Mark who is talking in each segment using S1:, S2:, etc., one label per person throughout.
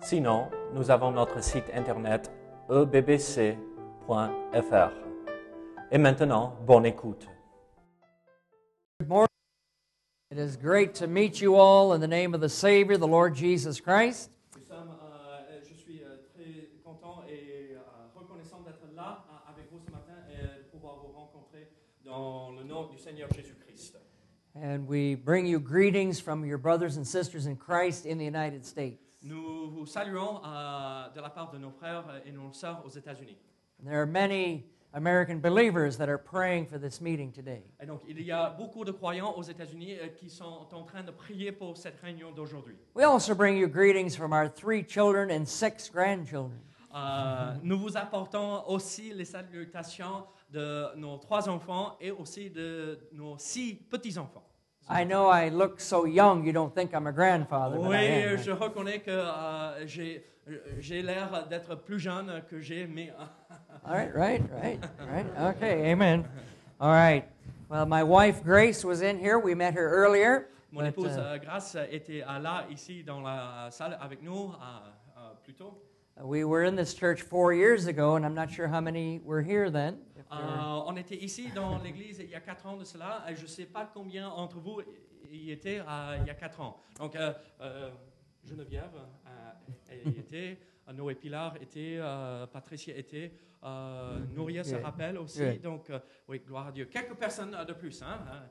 S1: Sinon, nous avons notre site internet E ebbc.fr. Et maintenant, bonne écoute.
S2: It is great to meet you all in the name of the Savior, the Lord Jesus Christ.
S3: Nous sommes, euh, je suis euh, très content et euh, reconnaissant d'être là euh, avec vous ce matin et de pouvoir vous rencontrer dans le nom du Seigneur Jésus-Christ.
S2: And we bring you greetings from your brothers and sisters in Christ in the United States.
S3: Nous vous saluons euh, de la part de nos frères et nos sœurs aux États-Unis.
S2: There are many American believers that are praying for this meeting today.
S3: Et donc, il y a beaucoup de croyants aux États-Unis euh, qui sont en train de prier pour cette réunion d'aujourd'hui.
S2: We also bring you greetings from our three children and six grandchildren.
S3: Euh, nous vous apportons aussi les salutations de nos trois enfants et aussi de nos six petits-enfants.
S2: I know I look so young, you don't think I'm a grandfather. But I
S3: Oui,
S2: am.
S3: je reconnais que euh, j'ai j'ai l'air d'être plus jeune que j'ai, mais euh,
S2: All right, right, right, right. Okay, amen. All right. Well, my wife Grace was in here. We met her earlier.
S3: mon
S2: but,
S3: épouse
S2: uh,
S3: euh, Grace était euh, là, ici, dans la salle avec nous euh, euh, plus tôt.
S2: Uh, We were in this church four years ago, and I'm not sure how many were here then. If
S3: Euh,
S2: there were-
S3: on était ici dans l'église il y a quatre ans de cela. et Je ne sais pas combien entre vous y étaient euh, il y a quatre ans. Donc, euh, euh, Geneviève euh, elle y était, euh, Noé Pilar était, euh, Patricia était, euh, Nouria se
S2: Good.
S3: rappelle aussi.
S2: Good.
S3: Donc, euh, oui, gloire à Dieu. Quelques personnes euh, de plus hein, hein,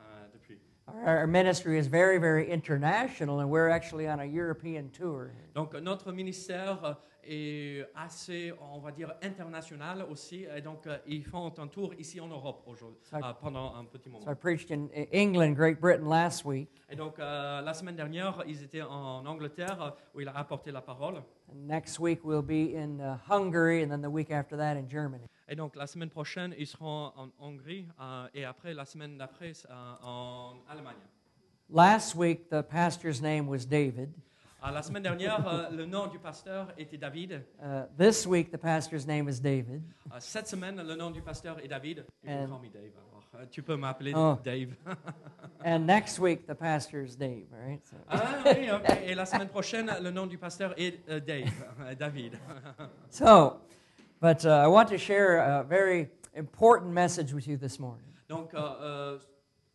S3: euh, depuis.
S2: Our our ministry is very, very international, and we're actually on a European tour.
S3: Donc notre ministère euh, est assez, on va dire, international aussi, et donc euh, ils font un tour ici en Europe aujourd'hui,
S2: Ça-
S3: euh, pendant un petit moment.
S2: So I preached in E- England, Great Britain last week,
S3: Et donc euh, la semaine dernière, ils étaient en Angleterre, euh, où il a apporté la parole.
S2: and next week we'll be in uh, Hungary, and then the week after that in Germany.
S3: Et donc la semaine prochaine, ils seront en Hongrie, euh, et après, la semaine d'après, c'est, euh, en Allemagne.
S2: Last week the pastor's name was David.
S3: Euh, la semaine dernière, euh, le nom du pasteur était David.
S2: Uh, this week the pastor's name is David.
S3: Euh, cette semaine, le nom du pasteur est David. You can
S2: And-
S3: call me Dave, alors. Euh, tu peux m'appeler
S2: Oh.
S3: Dave.
S2: And next week the pastor's Dave. All right. So,
S3: Ah oui, ok. Et la semaine prochaine, le nom du pasteur est euh, Dave, euh, David.
S2: so but uh, I want to share a very important message with you this morning.
S3: Donc, euh, euh,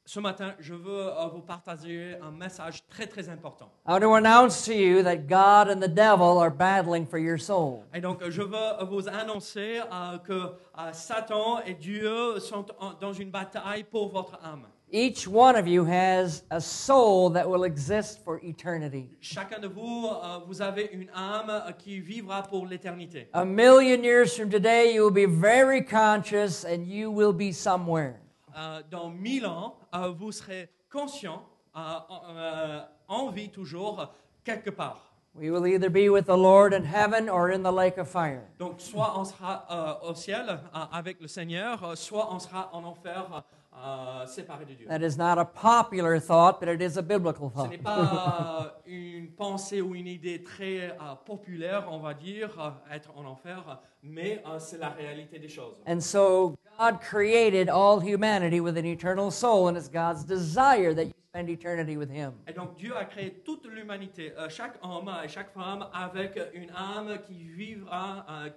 S3: ce matin, je veux euh, vous partager un message très, très important.
S2: I want to announce to you that God and the devil are battling for your soul.
S3: Et donc, euh, je veux vous annoncer euh, que euh, Satan et Dieu sont en- dans une bataille pour votre âme.
S2: Each one of you has a soul that will exist for eternity.
S3: Chacun de vous, euh, vous avez une âme euh, qui vivra pour l'éternité.
S2: A million years from today, you will be very conscious and you will be somewhere.
S3: Euh, dans mille ans, euh, vous serez conscient, euh, en- euh, en vie toujours, euh, quelque part.
S2: We will either be with the Lord in heaven or in the lake of fire.
S3: Donc, soit on sera euh, au ciel euh, avec le Seigneur, euh, soit on sera en enfer euh, séparé de Dieu.
S2: That is not a popular thought, but it is a biblical
S3: Ce
S2: thought.
S3: n'est pas euh, une pensée ou une idée très euh, populaire, on va dire, euh, être en enfer, mais euh, c'est la réalité des choses.
S2: And so, God created all humanity with an eternal soul, and it's God's desire that you spend eternity with Him.
S3: Et donc Dieu a créé toute l'humanité, euh, chaque homme et chaque femme, avec une âme qui vivra euh,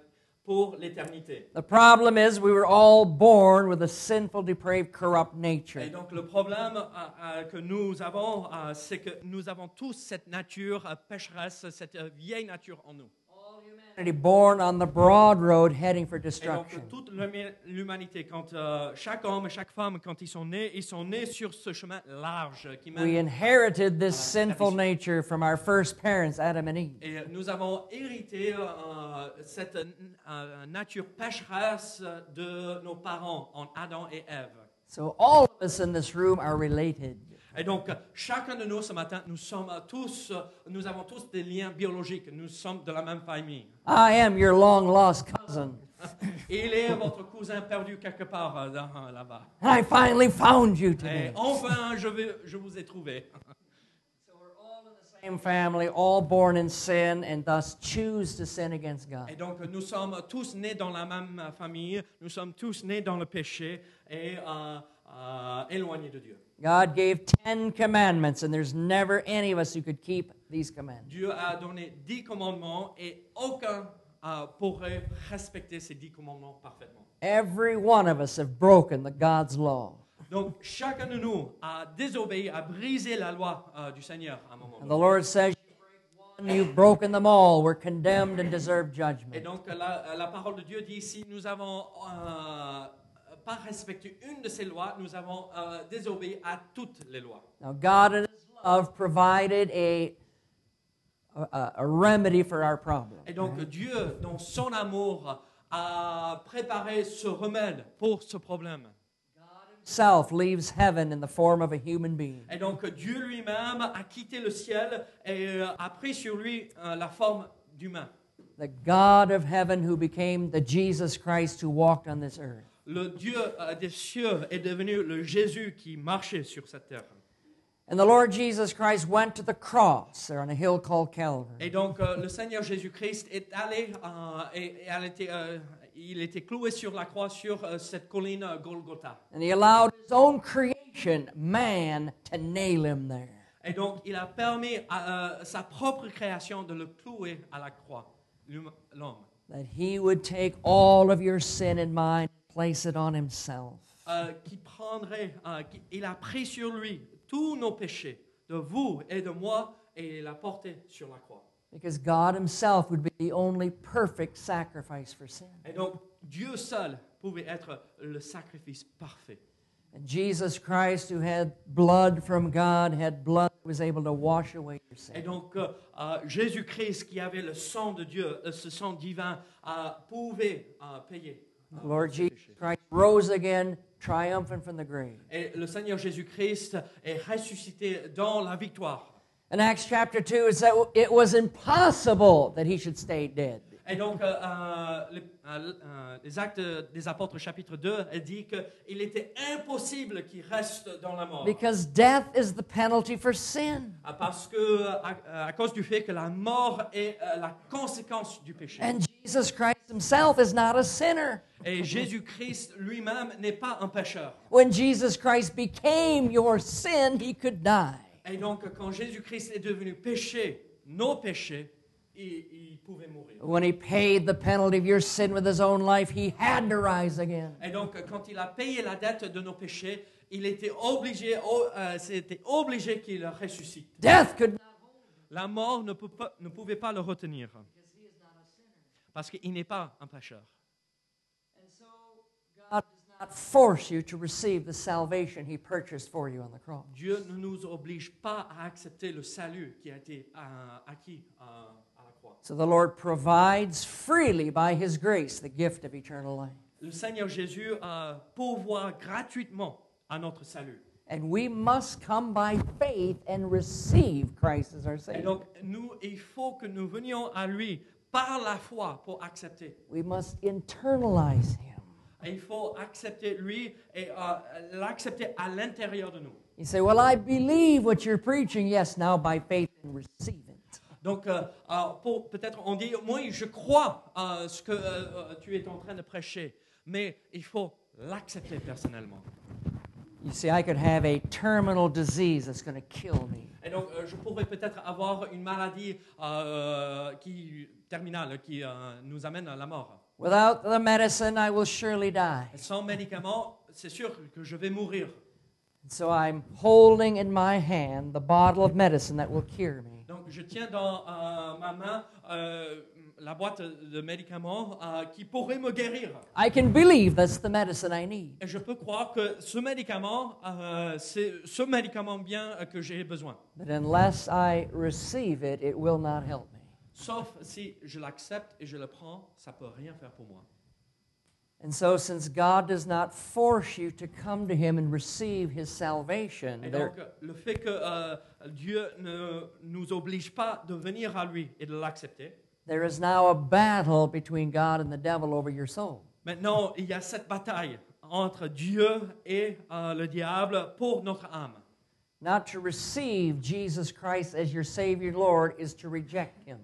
S3: pour l'éternité.
S2: The problem is we were all born with a sinful, depraved, corrupt
S3: Et
S2: nature.
S3: donc le problème euh, euh, que nous avons, euh, c'est que nous avons tous cette nature euh, pécheresse, cette euh, vieille nature en nous.
S2: Humanity born on the broad road heading for
S3: Et donc
S2: destruction.
S3: toute l'humi- l'humanité, quand euh, chaque homme et chaque femme, quand ils sont nés, ils sont nés sur ce chemin large qui mène.
S2: We inherited this sinful nature from our first parents, Adam and Eve.
S3: Et nous avons hérité euh, cette euh, nature pécheresse de nos parents, en Adam et Ève.
S2: So all of us in this room are related.
S3: Et donc, euh, chacun de nous ce matin, nous sommes euh, tous, euh, nous avons tous des liens biologiques. Nous sommes de la même famille.
S2: I am your long lost cousin.
S3: Il est votre cousin perdu quelque part euh, dans- là-bas.
S2: And I finally found you
S3: Et
S2: today.
S3: enfin, je, vais, je vous ai trouvé.
S2: So we're all in the same family, all born in sin, and thus choose to sin against
S3: Et
S2: God.
S3: donc, nous sommes tous nés dans la même euh, famille. Nous sommes tous nés dans le péché et euh, euh, éloignés de Dieu.
S2: God gave 10 commandments, and there's never any of us who could keep these commandments.
S3: Dieu a donné dix commandements et aucun euh, pourrait respecter ces dix commandements parfaitement.
S2: Every one of us have broken the God's law.
S3: Donc chacun de nous a désobéi, a brisé la loi euh, du Seigneur à un moment.
S2: And
S3: donné.
S2: the Lord says, "You break one, You've broken them all. We're condemned and deserve
S3: Et
S2: judgment.
S3: donc la, la parole de Dieu dit, si nous avons euh, pas respecté une de ces lois, nous avons euh, désobéi à toutes les lois.
S2: Now, God in His love provided a, a, a remedy for our problem.
S3: Et donc Dieu, dans son amour, a préparé ce remède pour ce problème.
S2: Himself leaves heaven in the form of a human being.
S3: Et donc Dieu lui-même a quitté le ciel et euh, a pris sur lui euh, la forme d'humain.
S2: The God of heaven who became the Jesus Christ who walked on this earth.
S3: Le Dieu euh, des cieux est devenu le Jésus qui marchait sur cette terre.
S2: And the Lord Jesus Christ went to the cross there on a hill called Calvary.
S3: Et donc euh, le Seigneur Jésus-Christ est allé euh, et, et elle était, euh, il était cloué sur la croix sur euh, cette colline euh, Golgotha.
S2: And He allowed His own creation, man, to nail Him there.
S3: Et donc il a permis à euh, sa propre création de le clouer à la croix, l'hum- l'homme.
S2: that he would take all of your sin and mine and place it on himself.
S3: euh, qui prendrait, euh, qui- il a pris sur lui tous nos péchés, de vous et de moi, et il l'a porté sur la croix.
S2: Because God himself would be the only perfect sacrifice for sin.
S3: Et donc, Dieu seul pouvait être le sacrifice parfait.
S2: And Jesus Christ, who had blood from God, had blood that was able to wash away your sin.
S3: Et donc, euh, euh, Jésus-Christ, qui avait le sang de Dieu, euh, ce sang divin, euh, pouvait euh, payer. euh,
S2: Lord
S3: ce
S2: Jesus
S3: péché.
S2: Christ rose again, triumphant from the grave.
S3: Et le Seigneur Jésus-Christ est ressuscité dans la victoire.
S2: In Acts chapter 2, it said it was impossible that he should stay dead.
S3: Et donc, euh, euh, les, euh, euh, les actes des apôtres chapitre 2 elle dit qu'il était impossible qu'il reste dans la mort.
S2: Because death is the penalty for sin.
S3: Ah, Parce que, euh, à, euh, à cause du fait que la mort est euh, la conséquence du péché.
S2: And Jesus Christ himself is not a sinner.
S3: Et Jésus-Christ lui-même n'est pas un pécheur.
S2: When Jesus Christ became your sin, he could die.
S3: Et donc, quand Jésus-Christ est devenu péché, nos péchés, il, il pouvait mourir.
S2: When he paid the penalty of your sin with his own life, he had to rise again.
S3: Et donc, quand il a payé la dette de nos péchés, il était obligé, oh, euh, c'était obligé qu'il ressuscite.
S2: Death could not.
S3: La mort ne, peut pas- ne pouvait pas le retenir. Parce qu'il n'est pas un pécheur.
S2: God does not force you to receive the salvation he purchased for you on the cross.
S3: Dieu ne nous oblige pas à accepter le salut qui a été euh, acquis euh, à la croix.
S2: So the Lord provides freely by his grace the gift of eternal life.
S3: Le Seigneur Jésus euh, pourvoit gratuitement à notre salut.
S2: And we must come by faith and receive Christ as our
S3: Et
S2: Savior.
S3: donc, nous, il faut que nous venions à lui par la foi pour accepter.
S2: We must internalize him.
S3: Et il faut accepter lui et euh, l'accepter à l'intérieur de nous.
S2: You say, Well, I believe what you're preaching. Yes, now by faith and receive it.
S3: Donc, euh, euh, pour- peut-être on dit, moi, je crois euh, ce que euh, euh, tu es en train de prêcher, mais il faut l'accepter personnellement.
S2: You see, I could have a terminal disease that's going to kill me.
S3: Et donc, euh, je pourrais peut-être avoir une maladie euh, qui terminale, qui euh, nous amène à la mort.
S2: Without the medicine, I will surely die.
S3: Sans médicaments, c'est sûr que je vais mourir.
S2: And so I'm holding in my hand the bottle of medicine that will cure me.
S3: Donc, je tiens dans euh, ma main euh, la boîte de médicaments euh, qui pourrait me guérir.
S2: I can believe that's the medicine I need.
S3: Et je peux croire que ce médicament, euh, c'est ce médicament bien euh, que j'ai besoin.
S2: But unless I receive it, it will not help me.
S3: Sauf si je l'accepte et je le prends, ça peut rien faire pour moi.
S2: And so, since God does not force you to come to Him and receive His salvation,
S3: Et
S2: there,
S3: donc, le fait que euh, Dieu ne nous oblige pas de venir à lui et de l'accepter,
S2: there is now a battle between God and the devil over your soul.
S3: maintenant, il y a cette bataille entre Dieu et euh, le diable pour notre âme.
S2: Not to receive Jesus Christ as your Savior Lord is to reject Him.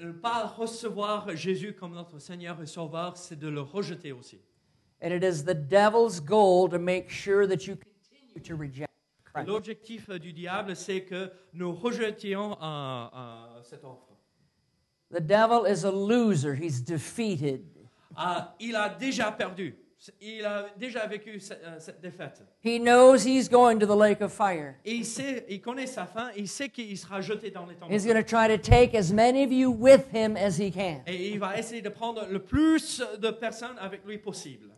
S3: Ne Euh, pas recevoir Jésus comme notre Seigneur et Sauveur, c'est de le rejeter aussi.
S2: And it is the devil's goal to make sure that you continue to reject Christ.
S3: L'objectif euh, du diable, c'est que nous rejetions euh, euh, cette offre.
S2: The devil is a loser, he's defeated.
S3: Ah, il a déjà perdu. Il a déjà vécu ce- euh, cette défaite.
S2: He knows he's going to the lake of fire.
S3: Et il sait, il connaît sa fin, il sait qu'il sera jeté dans les temps.
S2: He's going to try to take as many of you with him as he can.
S3: Et il va essayer de prendre le plus de personnes avec lui possible.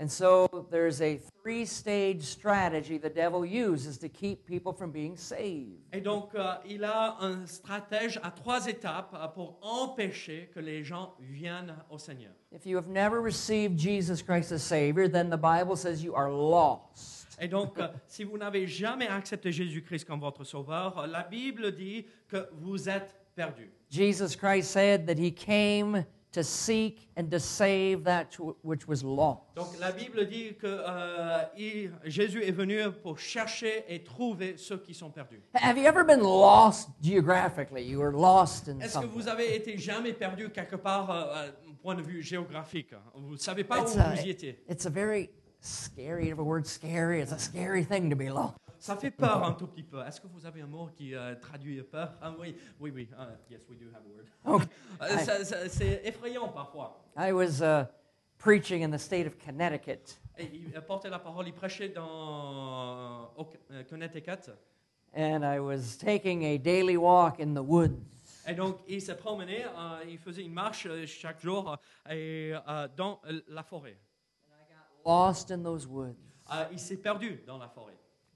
S2: And so there's a three stage strategy the devil uses to keep people from being saved.
S3: Et donc, euh, il a un stratège à trois étapes euh, pour empêcher que les gens viennent au Seigneur.
S2: If you have never received Jesus Christ as Savior, then the Bible says you are lost.
S3: Et donc, euh, si vous n'avez jamais accepté Jésus-Christ comme votre sauveur, euh, la Bible dit que vous êtes perdus.
S2: Jesus Christ said that he came to seek and to save that tw- which was lost.
S3: Donc, la Bible dit que euh, il- Jésus est venu pour chercher et trouver ceux qui sont perdus.
S2: Have you ever been lost geographically? You were lost in
S3: Est-ce que vous
S2: something.
S3: avez été jamais perdu quelque part, euh, euh, point de vue géographique hein? Vous ne savez pas
S2: It's
S3: où
S2: a-
S3: vous y étiez.
S2: It's a very scary, of a word scary, it's a scary thing to be lost.
S3: Ça fait peur un tout petit peu. Est-ce que vous avez un mot qui euh, traduit peur Ah oui, oui, oui. Ah, yes, we do have a word.
S2: Okay.
S3: Euh, ça- ça- C'est effrayant parfois.
S2: I was uh, preaching in the state of Connecticut,
S3: Et il portait la parole, il prêchait dans au euh, Connecticut.
S2: and I was taking a daily walk in the woods.
S3: Et donc, il se promenait, euh, il faisait une marche euh, chaque jour euh, et, euh, dans euh, la forêt.
S2: Lost in those woods.
S3: Euh, il s'est perdu dans la forêt.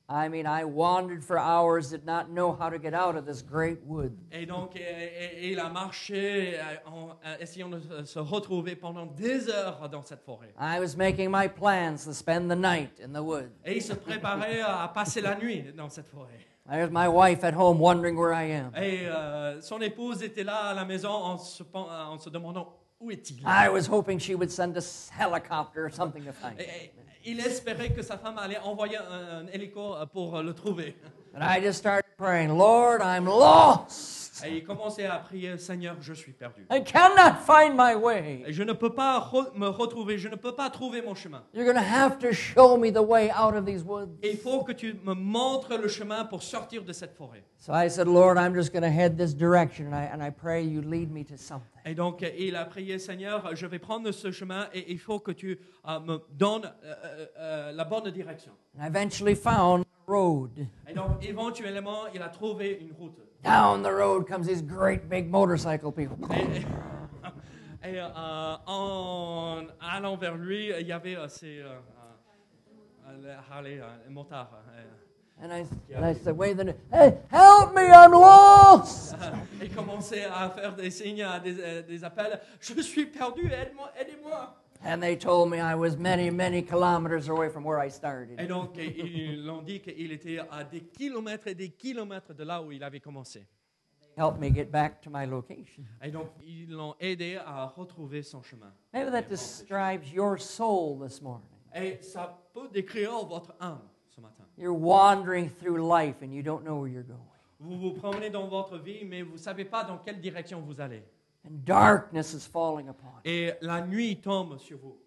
S2: I mean, I wandered for hours, did not know how to get out of this great wood.
S3: Et donc, euh, et- et il a marché euh, en euh, essayant de se- se retrouver pendant des heures dans cette forêt.
S2: I was making my plans to spend the night in the woods.
S3: Et il se préparait à passer la nuit dans cette forêt.
S2: There's my wife at home wondering where I am.
S3: Et euh, son épouse était là à la maison en se, pen- en se demandant où est-il.
S2: I was hoping she would send a s- helicopter or something to find
S3: Et-
S2: me.
S3: et il espérait que sa femme allait envoyer un, un hélico euh, pour euh, le trouver.
S2: And I just started praying, Lord, I'm lost.
S3: Et il commençait à prier Seigneur, je suis perdu.
S2: I cannot find my way.
S3: Et je ne peux pas re- me retrouver, je ne peux pas trouver mon chemin.
S2: You're going to have to show me the way out of these woods.
S3: Et il faut que tu me montres le chemin pour sortir de cette forêt.
S2: So I said, Lord, I'm just going to head this direction, and I, and I pray you lead me to something.
S3: Et donc, euh, il a prié, Seigneur, je vais prendre ce chemin et il faut que tu euh, me donnes euh, euh, euh, la bonne direction.
S2: And I eventually found a road.
S3: Et donc, éventuellement, il a trouvé une route.
S2: Down the road comes these great big motorcycle people.
S3: Et, et, euh, en allant vers lui, il y avait euh, ces euh, euh, les Harley, euh, les motards. euh,
S2: And I, and I said, wait a minute, hey, help me, I'm lost.
S3: euh, il commençait à faire des signes, à des, euh, des appels. Je suis perdu, aide-moi, aidez-moi.
S2: And they told me I was many, many kilometers away from where I
S3: Et
S2: started.
S3: donc, ils l'ont dit qu'il était à des kilomètres et des kilomètres de là où il avait commencé.
S2: Help me get back to my location.
S3: Et donc, ils l'ont aidé à retrouver son chemin.
S2: Maybe that describes your soul this morning.
S3: Et ça peut décrire votre âme ce matin.
S2: You're wandering through life and you don't know where you're going.
S3: Vous vous promenez dans votre vie, mais vous ne savez pas dans quelle direction vous allez.
S2: And darkness is falling upon you.
S3: Et la nuit tombe sur vous.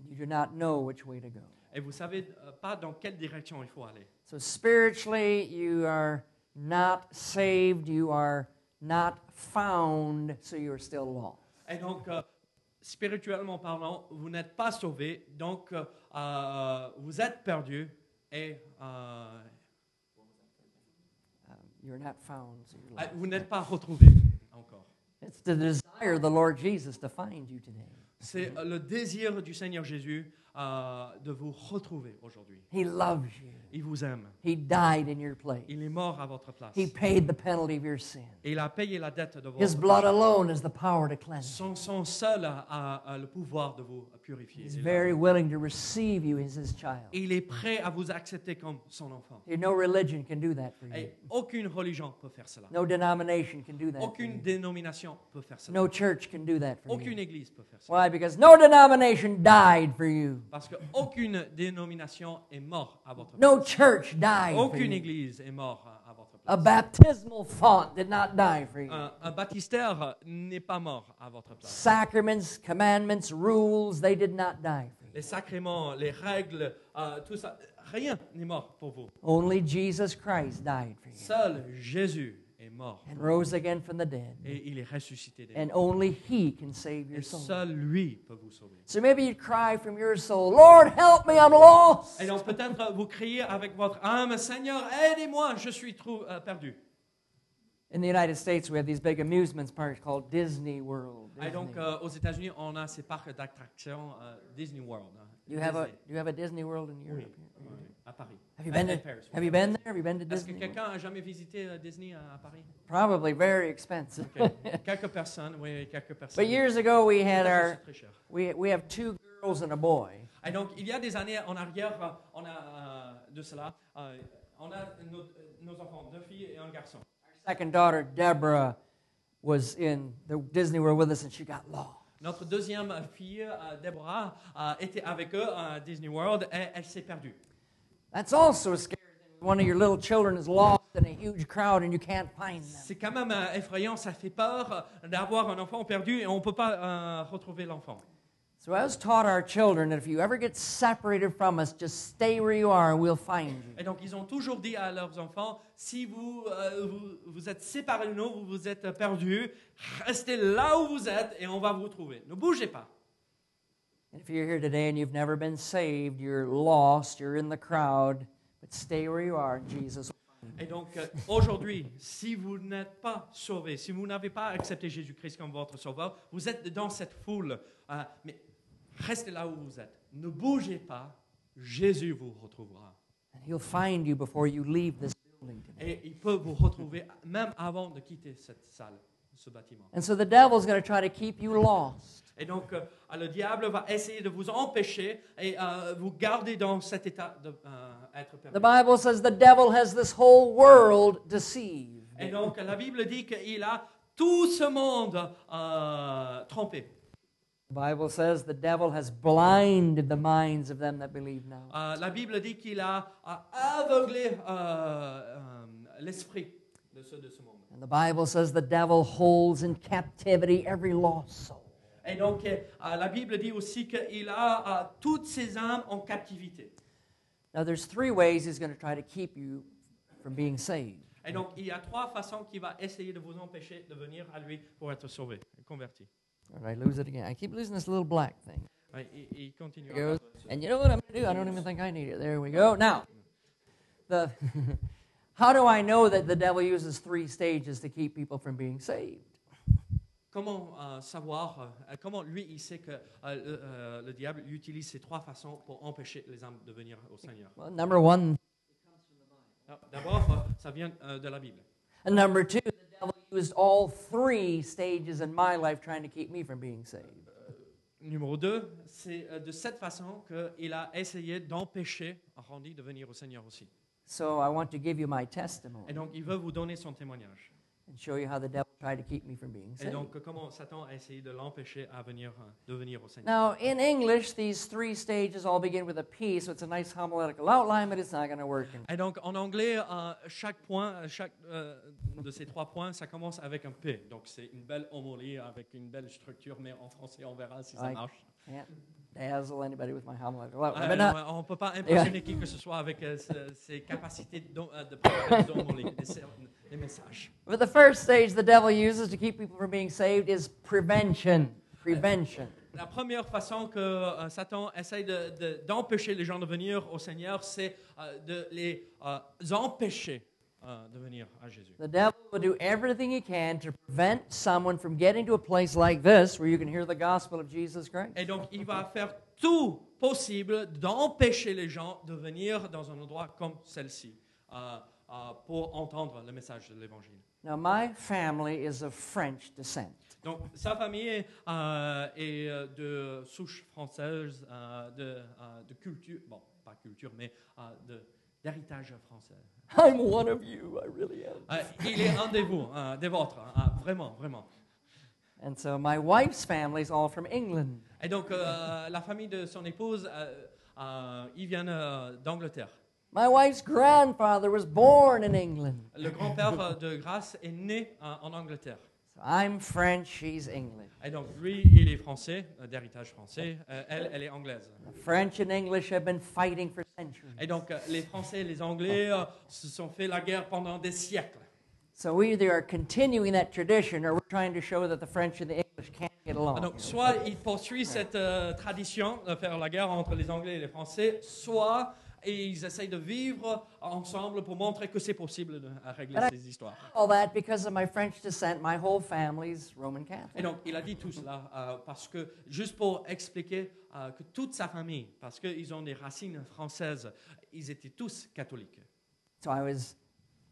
S2: And you do not know which way to go.
S3: Et vous ne savez euh, pas dans quelle direction il faut aller.
S2: So spiritually, you are not saved, you are not found, so you're still lost.
S3: Et donc, euh, spirituellement parlant, vous n'êtes pas sauvé, donc euh, euh, vous êtes perdu et euh,
S2: Um, you're not found, so you're
S3: euh,
S2: lost.
S3: vous n'êtes pas retrouvé encore.
S2: It's the desire of the Lord Jesus to find you today.
S3: C'est euh, le désir du Seigneur Jésus euh, de vous retrouver aujourd'hui.
S2: He loves you.
S3: Il vous aime.
S2: He died in your place.
S3: Il est mort à votre place.
S2: He paid the penalty of your sin.
S3: Et il a payé la dette de votre
S2: His blood
S3: péché.
S2: alone is the power to cleanse.
S3: Son sang seul a, a- a le pouvoir de vous purifier.
S2: He's very willing to receive you as his child.
S3: Et il est prêt à vous accepter comme son enfant.
S2: There- No religion can do that for you.
S3: Et aucune religion peut faire cela.
S2: No denomination can do that. for
S3: Aucune
S2: you.
S3: dénomination peut faire cela.
S2: No church can do that for
S3: Aucune
S2: you.
S3: église peut faire cela.
S2: Why? Because no denomination died for you.
S3: Parce qu'aucune dénomination est morte à votre
S2: No
S3: place.
S2: church died for
S3: Aucune
S2: you.
S3: église est morte à, à votre
S2: A
S3: place.
S2: baptismal font did not die for you.
S3: Un, un baptistère n'est pas mort à votre place.
S2: Sacraments, commandments, rules, they did not die for you.
S3: Les sacrements, les règles, euh, tout ça, rien n'est mort pour vous.
S2: Only Jesus Christ died for you
S3: Seul Jésus est mort
S2: and rose again from the dead.
S3: et il est ressuscité. des
S2: And only He can save
S3: Et
S2: your soul.
S3: seul lui peut vous sauver.
S2: So maybe you'd cry from your soul, Lord, help me, I'm lost.
S3: Et donc peut-être euh, vous criez avec votre âme, Seigneur, aidez-moi, je suis trop euh, perdu.
S2: In the United States, we have these big amusements parks called Disney World.
S3: Et donc
S2: Disney.
S3: euh, aux États-Unis, on a ces parcs d'attractions euh, Disney World. hein.
S2: You have a
S3: Disney. Oh,
S2: you have a Disney World in Europe.
S3: Oui, à Paris.
S2: Have you
S3: À-
S2: been
S3: à
S2: to,
S3: Paris, oui.
S2: Have you been there? Have you been to
S3: Est-ce que
S2: Disney? World?
S3: quelqu'un a jamais visité euh, Disney à, à Paris
S2: Probably very expensive.
S3: Ok. Quelques personnes, oui, quelques personnes.
S2: But years ago, we had
S3: Ça, c'est
S2: our
S3: très cher.
S2: we we have two girls and a boy,
S3: Et donc, il y a des années en arrière, euh, on a euh, de cela, euh, on a nos, euh, nos enfants, deux filles et un garçon.
S2: second daughter, Deborah, was in the Disney World with us, and she got lost.
S3: Notre deuxième fille, euh, Deborah, euh, était avec eux à Disney World et elle s'est perdue.
S2: That's also scary. One of your little children is lost in a huge crowd, and you can't find them.
S3: C'est quand même euh, effrayant, ça fait peur euh, d'avoir un enfant perdu et on ne peut pas euh, retrouver l'enfant.
S2: So I was taught our children that if you ever get separated from us, just stay where you are, and we'll find you.
S3: Et donc ils ont toujours dit à leurs enfants, si vous euh, vous, vous êtes séparés de nous, vous vous êtes perdus, restez là où vous êtes et on va vous trouver. Ne bougez pas.
S2: And if you're here today and you've never been saved, you're lost, you're in the crowd, but stay where you are, Jesus.
S3: Et donc euh, aujourd'hui, si vous n'êtes pas sauvés, si vous n'avez pas accepté Jésus-Christ comme votre sauveur, vous êtes dans cette foule. euh, mais restez là où vous êtes. Ne bougez pas. Jésus vous retrouvera.
S2: And he'll find you before you leave this building today.
S3: Et il peut vous retrouver même avant de quitter cette salle, ce bâtiment.
S2: And so the devil's going to try to keep you lost.
S3: Et donc, euh, le diable va essayer de vous empêcher et euh, vous garder dans cet état d'être
S2: The
S3: perdu.
S2: Bible says the devil has this whole world deceived.
S3: Et donc, la Bible dit qu'il a tout ce monde euh, trompé.
S2: The Bible says the devil has blinded the minds of them that believe now.
S3: Euh, la Bible dit qu'il a, a aveuglé euh, euh, l'esprit de ceux de ce monde.
S2: And the Bible says the devil holds in captivity every lost soul.
S3: Et donc, euh, la Bible dit aussi qu'il a euh, toutes ces âmes en captivité.
S2: Now there's three ways he's going to try to keep you from being saved.
S3: Et donc, il y a trois façons qu'il va essayer de vous empêcher de venir à lui pour être sauvé, converti.
S2: All right, I lose it again. I keep losing this little black thing.
S3: Ouais, il- il continue.
S2: There goes. And you know what I'm going to do? I don't even think I need it. There we go. Now, the how do I know that the devil uses three stages to keep people from being saved?
S3: Comment euh, savoir, euh, comment lui, il sait que euh, le, euh, le diable utilise ces trois façons pour empêcher les âmes de venir au Seigneur
S2: Well, number one
S3: Alors, D'abord, euh, ça vient euh, de la Bible.
S2: and number two, the devil used all three stages in my life trying to keep me from being saved.
S3: Numéro 2, c'est euh, de cette façon qu'il a essayé d'empêcher Randy de venir au Seigneur aussi.
S2: So I want to give you my
S3: Et
S2: testimony
S3: donc, il veut vous donner son témoignage.
S2: and show you how the devil tried to keep me from being
S3: Et
S2: saved.
S3: donc, euh, comment Satan a essayé de l'empêcher à venir, euh, de venir au Seigneur.
S2: Now, in English, these three stages all begin with a P, so it's a nice homiletical outline, but it's not going to work. in-
S3: Et donc, en anglais, euh, chaque point, chaque euh, de ces trois points, ça commence avec un P. Donc, c'est une belle homolie avec une belle structure, mais en français, on verra si ça
S2: Ouais. Ah,
S3: marche.
S2: Can't dazzle anybody with my homiletical outline.
S3: Euh,
S2: But now,
S3: non, on ne peut pas impressionner qui que ce soit avec euh, ce- ces capacités d'hom- euh, de prendre des homolies, des, ser- des messages.
S2: But the first stage the devil uses to keep people from being saved is prevention. Prevention.
S3: La première façon que euh, Satan essaye de- de- d'empêcher les gens de venir au Seigneur, c'est euh, de les euh, empêcher euh, de venir à Jésus.
S2: The devil will do everything he can to prevent someone from getting to a place like this where you can hear the gospel of Jesus Christ.
S3: Et donc, il va faire tout possible d'empêcher les gens de venir dans un endroit comme celle-ci euh, euh, pour entendre le message de l'Évangile.
S2: Now, my family is of French descent.
S3: Donc, sa famille euh, est euh, de souche française, euh, de, euh, de culture, bon, pas culture, mais euh, de- d'héritage français.
S2: I'm one of you, I really am.
S3: Euh, il est un des vous, euh, des vôtres, hein, vraiment, vraiment.
S2: And so my wife's family's all from England.
S3: Et donc, euh, la famille de son épouse, euh, euh, ils viennent euh, d'Angleterre.
S2: My wife's grandfather was born in England.
S3: Le grand-père euh, de Grace est né euh, en Angleterre.
S2: So I'm French, she's English.
S3: Et donc, lui, il est français, euh, d'héritage français. Euh, elle, elle est anglaise.
S2: The French and English have been fighting for centuries.
S3: Et donc, euh, les Français et les Anglais euh, se sont fait la guerre pendant des siècles.
S2: So we either are continuing that tradition or we're trying to show that the French and the English can't get
S3: Ah,
S2: along.
S3: Donc, soit il poursuit cette euh, tradition de faire la guerre entre les Anglais et les Français, soit ils essayent de vivre ensemble pour montrer que c'est possible de à régler
S2: Voilà.
S3: ces histoires.
S2: All that because of my French descent, my whole family's Roman
S3: Et
S2: Catholic.
S3: donc, il a dit tout cela euh, parce que, juste pour expliquer euh, que toute sa famille, parce qu'ils ont des racines françaises, ils étaient tous catholiques.
S2: So I was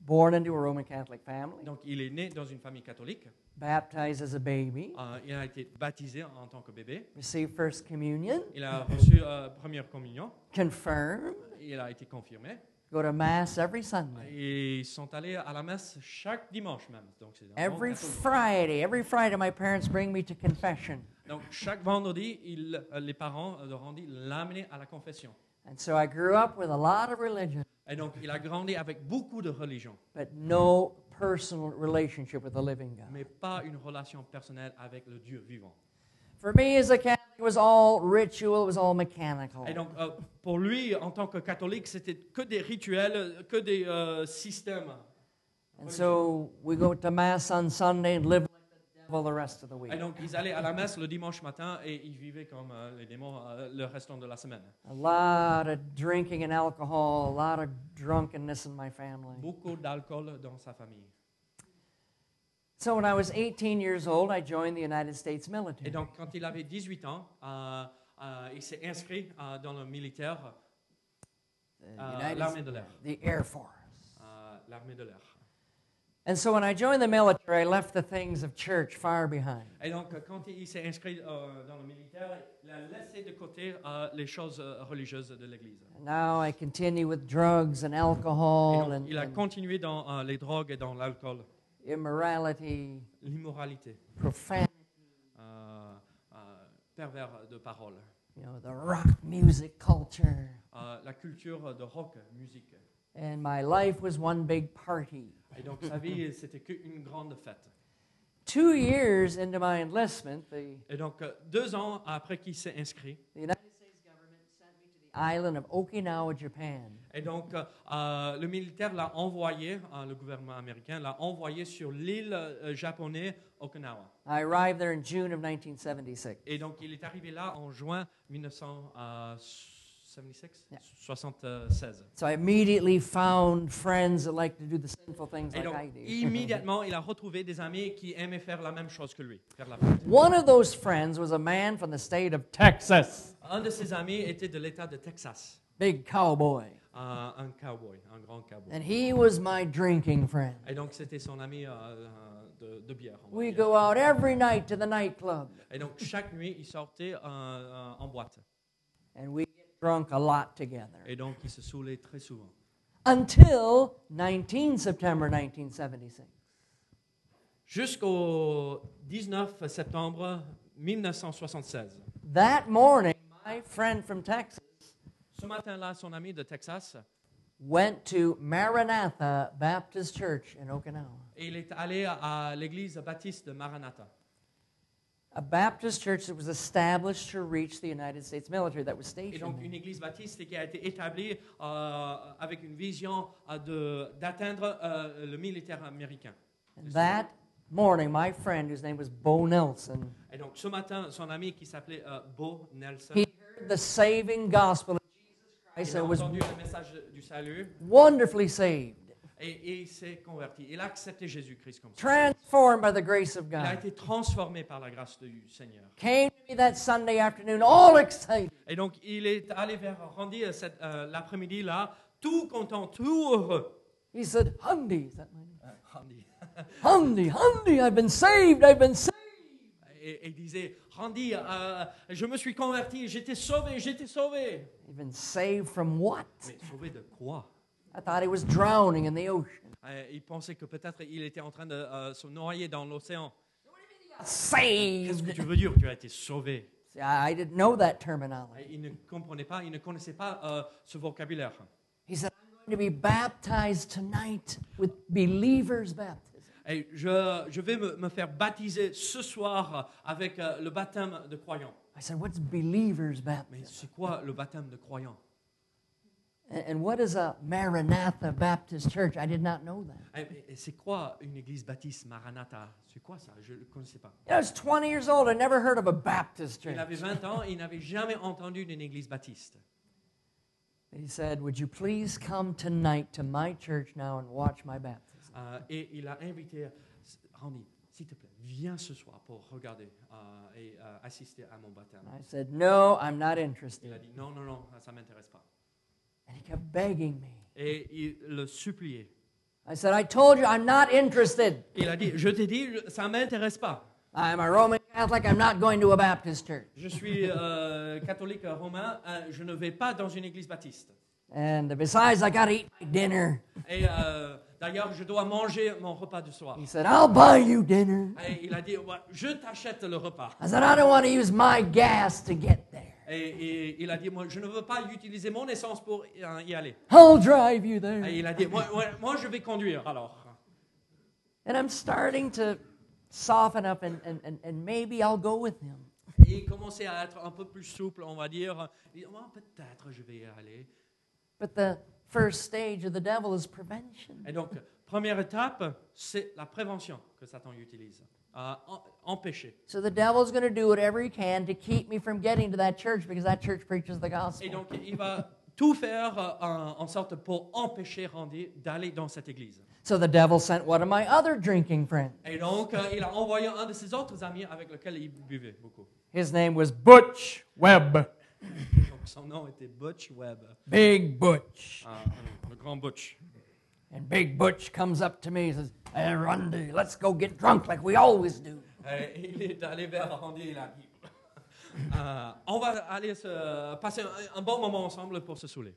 S2: born into a Roman Catholic family,
S3: Donc, il est né dans une famille catholique.
S2: baptized as a baby,
S3: Euh, il a été baptisé en tant que bébé.
S2: received First Communion,
S3: Il a reçu euh, première communion.
S2: confirmed,
S3: Il a été confirmé.
S2: go to Mass every Sunday.
S3: Et ils sont allés à la messe chaque dimanche même. Donc, c'est un bon
S2: Every
S3: catholique.
S2: Friday, every Friday, my parents bring me to confession.
S3: Donc, chaque vendredi, ils- euh, les parents euh, de Randy l'amenaient à la confession.
S2: And so I grew up with a lot of religion,
S3: Et donc, il a grandi avec beaucoup de religions,
S2: but no personal relationship with the living God.
S3: mais pas une relation personnelle avec le Dieu vivant.
S2: For me as a Catholic, it was all ritual, it was all mechanical.
S3: Et donc, euh, pour lui, en tant que catholique, c'était que des rituels, que des euh, systèmes.
S2: And so we go to Mass on Sunday and live like the devil the rest of the week.
S3: Et donc, ils allaient à la messe le dimanche matin et ils vivaient comme euh, les démons euh, le restant de la semaine.
S2: A lot of drinking and alcohol, a lot of drunkenness in my family.
S3: Beaucoup d'alcool dans sa famille.
S2: So when I was 18 years old, I joined the United States
S3: Et
S2: military.
S3: donc, quand il avait 18 ans, euh, euh, il s'est inscrit euh, dans le militaire,
S2: The,
S3: euh,
S2: United-
S3: l'armée de l'air.
S2: the Air Force.
S3: Euh, l'armée de l'air.
S2: And so when I joined the military, I left the things of church far behind.
S3: Et donc, euh, quand il s'est inscrit euh, dans le militaire, il a laissé de côté euh, les choses euh, religieuses de l'Église. Et
S2: And now I continue with drugs and
S3: donc,
S2: alcohol and,
S3: il a
S2: and
S3: continué dans euh, les drogues et dans l'alcool,
S2: immorality,
S3: l'immoralité,
S2: profanity,
S3: euh, euh, pervers de parole,
S2: you know, the rock music culture.
S3: euh, la culture de rock, musique.
S2: And my life was one big party.
S3: Et donc, sa vie, c'était qu'une grande fête.
S2: Two years into my enlistment, the,
S3: Et donc, euh, deux ans après qu'il s'est inscrit,
S2: the United States government sent me to the island of Okinawa, Japan.
S3: Et donc, euh, euh, le militaire l'a envoyé, euh, le gouvernement américain l'a envoyé sur l'île euh, japonaise Okinawa.
S2: I arrived there in June of 1976.
S3: Et donc, il est arrivé là en juin euh, 1976.
S2: Yeah.
S3: 76.
S2: So I immediately found friends that like to do the sinful things
S3: Et
S2: like
S3: donc,
S2: I do.
S3: immédiatement, il a retrouvé des amis qui aimaient faire la même chose que lui, faire la fête.
S2: One of those friends was a man from the state of Texas,
S3: Un de ses amis était de l'État de Texas,
S2: big cowboy.
S3: euh, un cowboy, un grand cowboy.
S2: And he was my drinking friend.
S3: Et donc, c'était son ami euh, euh, de, de bière. on va
S2: We
S3: dire.
S2: go out every night to the nightclub
S3: Et donc, chaque nuit, il sortait euh, euh, en boîte.
S2: and we get drunk a lot together.
S3: Et donc, il se saoulait très souvent.
S2: until 19 September 1976.
S3: Jusqu'au 19 septembre 1976.
S2: That morning, my friend from Texas
S3: Ce matin-là, son ami de Texas,
S2: went to Maranatha Baptist Church in Okinawa.
S3: il est allé à l'église baptiste de Maranatha.
S2: A Baptist church that was established to reach the United States military that was
S3: Et
S2: stationed.
S3: donc,
S2: there.
S3: une église baptiste qui a été établie euh, avec une vision euh, de- d'atteindre euh, le militaire américain.
S2: And that morning, my friend, whose name was Bo Nelson,
S3: Et donc, ce matin, son ami qui s'appelait euh, Bo Nelson,
S2: he heard the saving gospel of Jesus Christ
S3: il a
S2: and was
S3: entendu le message du salut
S2: wonderfully saved.
S3: et, et il s'est converti. Il a accepté Jésus-Christ comme son Sauveur.
S2: transformed by the grace of
S3: Il a
S2: God.
S3: été transformé par la grâce du Seigneur.
S2: Came to me that Sunday afternoon, all excited.
S3: Et donc, il est allé vers Randy euh, cet, euh, l'après-midi là, tout content, tout heureux.
S2: He said, Hundy, is that my name?
S3: Euh, Randy.
S2: Hundy, Hundy, I've been saved, I've been saved.
S3: Et, et il disait, Randy, euh, je me suis converti, j'étais sauvé, j'étais sauvé.
S2: I've been saved from what?
S3: Mais sauvé de quoi
S2: I thought he was drowning in the ocean.
S3: Euh, Il pensait que peut-être il était en train de euh, se noyer dans l'océan. Qu'est-ce que
S2: Saved.
S3: tu veux dire Tu as été sauvé.
S2: See, I I didn't know that terminology.
S3: Et Il ne comprenait pas, il ne connaissait pas euh, ce vocabulaire.
S2: He said, I'm going to be baptized tonight with believers' baptism.
S3: Et je, je vais me, me faire baptiser ce soir avec euh, le baptême de croyants.
S2: I said, What's believers'
S3: Mais
S2: baptism?
S3: c'est quoi le baptême de croyants
S2: And, and what is a Maranatha Baptist church? I did not know that.
S3: Eh, mais C'est quoi une église baptiste Maranatha C'est quoi ça Je ne le connaissais pas.
S2: You know, I was 20 years old. I never heard of a Baptist
S3: Il
S2: church.
S3: avait 20 ans et il n'avait jamais entendu d'une église baptiste.
S2: He said, Would you please come tonight to my church now and watch my baptism?
S3: Euh, et il a invité Randy, s'il te plaît, viens ce soir pour regarder euh, et euh, assister à mon baptême.
S2: And I said, No, I'm not
S3: Il a
S2: interested.
S3: dit non, non, non, ça ne m'intéresse pas.
S2: And he kept begging me.
S3: Et il le suppliait.
S2: I said, I told you I'm not interested.
S3: Il a dit, je t'ai dit, ça ne m'intéresse pas.
S2: I'm a Roman Catholic. I'm not going to a Baptist church.
S3: Je suis euh, catholique romain, euh, je ne vais pas dans une église baptiste.
S2: And besides, I got to eat my dinner.
S3: Et euh, d'ailleurs, je dois manger mon repas du soir.
S2: He said, I'll buy you dinner.
S3: Et il a dit, Ouais, je t'achète le repas.
S2: I said, I don't want to use my gas to get there.
S3: Et, et il a dit, moi, je ne veux pas utiliser mon essence pour euh, y aller.
S2: I'll drive you
S3: Et
S2: there.
S3: il a dit, moi, moi- moi, je vais conduire alors.
S2: And I'm starting to soften up, and, and, and, and maybe I'll go with him.
S3: Et il commençait à être un peu plus souple, on va dire. Il dit, Ouais, peut-être je vais y aller.
S2: But the first stage of the devil is prevention.
S3: Et donc, première étape, c'est la prévention que Satan utilise. Euh, en- empêcher.
S2: So the devil's going to do whatever he can to keep me from getting to that church because that church preaches the
S3: Et
S2: gospel.
S3: donc, il va tout faire euh, en en sorte pour empêcher Randy d'aller dans cette église.
S2: So the devil sent one of my other drinking friends.
S3: Et donc, euh, il a envoyé un de ses autres amis avec lequel il buvait beaucoup.
S2: His name was Butch Webb.
S3: Donc, son nom était Butch Webb,
S2: Big Butch.
S3: Euh, le grand Butch.
S2: And Big Butch comes up to me and says, Hey, Randy, let's go get drunk like we always do.
S3: Euh, il est allé vers Randy et il a dit Euh, On va aller se- passer un, un bon moment ensemble pour se saouler.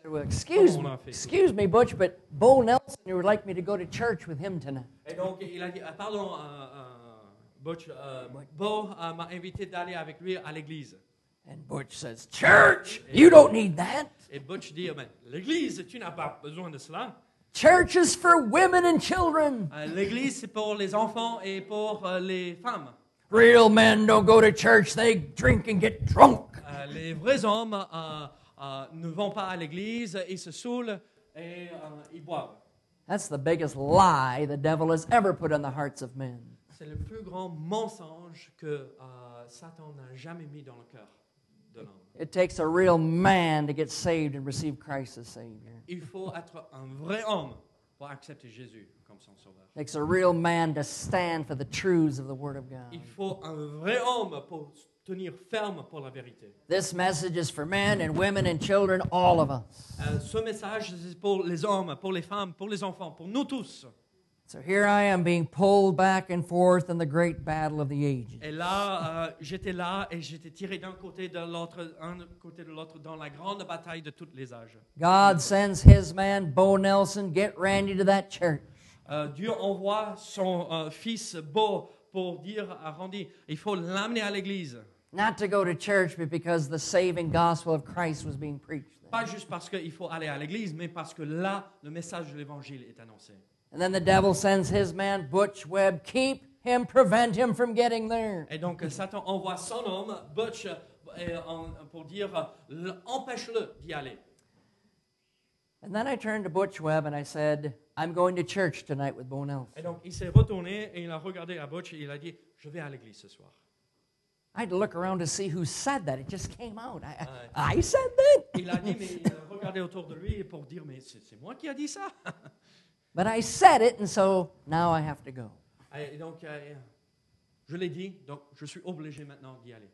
S2: said, Well, excuse
S3: Hold
S2: me,
S3: on, Fifi.
S2: excuse me, Butch, but Bo Nelson would like me to go to church with him tonight.
S3: Et donc, il a dit Ah, Pardon, euh, euh, Butch, euh, Bo euh, m'a invité d'aller avec lui à l'église.
S2: And Butch says, Church? You don't need that.
S3: Et Butch dit oh, Mais l'église, tu n'as pas besoin de cela.
S2: Church is for women and children.
S3: Euh, L'église, c'est pour les enfants et pour euh, les femmes.
S2: Real men don't go to church, they drink and get drunk.
S3: Euh, les vrais hommes euh, euh, ne vont pas à l'église, ils se saoulent et euh, ils boivent.
S2: That's the biggest lie the devil has ever put on the hearts of men.
S3: C'est le plus grand mensonge que euh, Satan n'a jamais mis dans le cœur de l'homme.
S2: It takes a real man to get saved and receive Christ as Savior.
S3: Il faut être un vrai homme pour accepter Jésus comme son sauveur.
S2: It takes a real man to stand for the truths of the Word of God.
S3: Il faut un vrai homme pour tenir ferme pour la vérité.
S2: This message is for men and women and children, all of us.
S3: Euh, ce message, c'est pour les hommes, pour les femmes, pour les enfants, pour nous tous.
S2: So here I am being pulled back and forth in the great battle of the ages.
S3: Et là, euh, j'étais là et j'étais tiré d'un côté de l'autre, un côté de l'autre, dans la grande bataille de tous les âges.
S2: God sends his man, Bo Nelson, get Randy to that church.
S3: Euh, Dieu envoie son euh, fils beau pour dire à Randy, il faut l'amener à l'église.
S2: Not to go to church, but because the saving gospel of Christ was being preached. Then.
S3: Pas juste parce qu'il faut aller à l'église, mais parce que là, le message de l'évangile est annoncé.
S2: And then the devil sends his man, Butch Webb, keep him, prevent him from getting there.
S3: Et donc, euh, Satan envoie son homme, Butch, euh, et en- pour dire, euh, l- empêche-le d'y aller.
S2: And then I turned to Butch Webb and I said, I'm going to church tonight with Bo
S3: Et
S2: Nelson.
S3: donc, il s'est retourné et il a regardé à Butch et il a dit, je vais à l'église ce soir.
S2: I had to look around to see who said that. It just came out. I,
S3: Ouais.
S2: I said that.
S3: Il a dit, mais euh, regardez autour de lui pour dire, mais c'est c'est moi qui a dit ça.
S2: But I said it, and so now I have to go.
S3: Et donc, euh, je l'ai dit, donc je suis obligé maintenant d'y aller.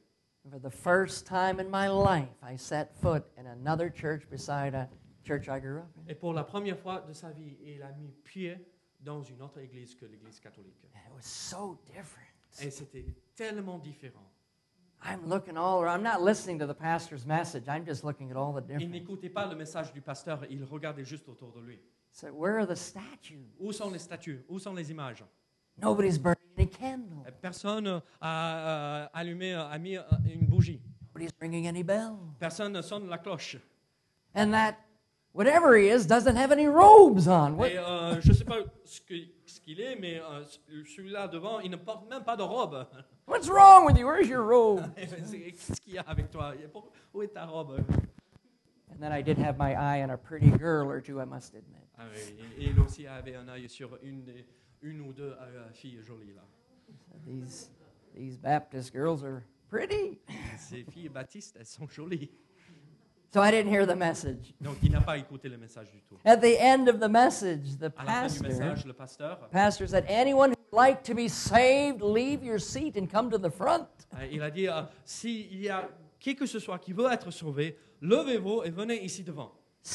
S2: For the first time in my life, I set foot in another church beside a church I grew up in.
S3: Et pour la première fois de sa vie, il a mis pied dans une autre église que l'église catholique.
S2: And it was so different.
S3: Et c'était tellement différent.
S2: I'm looking all around. I'm not listening to the pastor's message. I'm just looking at all the
S3: Il
S2: different.
S3: n'écoutait pas le message du pasteur, il regardait juste autour de lui.
S2: So where are the statues?
S3: Où sont les statues Où sont les images
S2: Nobody's burning any candle.
S3: Personne a euh, allumé, euh, a mis euh, une bougie.
S2: Nobody's ringing any bell.
S3: Personne ne sonne la cloche.
S2: And that whatever he is doesn't have any robes on. What-
S3: Et euh, je ne sais pas ce que- ce qu'il est, mais euh, celui-là devant, il ne porte même pas de robe.
S2: what's wrong with you? Where's your robe?
S3: C'est- Qu'est-ce qu'il y a avec toi Pour- Où est ta robe
S2: And then I did have my eye on a pretty girl or two, I must admit.
S3: Ah oui, et- et il aussi avait un œil sur une, des- une ou deux euh, filles jolies. Là.
S2: These, these Baptist girls are pretty.
S3: Ces filles baptistes, elles sont jolies.
S2: So I didn't hear the message.
S3: Donc il n'a pas écouté le message du tout.
S2: At the end of the message, the
S3: À la fin du
S2: pastor,
S3: message, le pasteur,
S2: pastor said, Anyone who'd like to be saved, leave your seat and come to the front.
S3: euh, il a dit, euh, s'il y a qui que ce soit qui veut être sauvé, levez-vous et venez ici devant.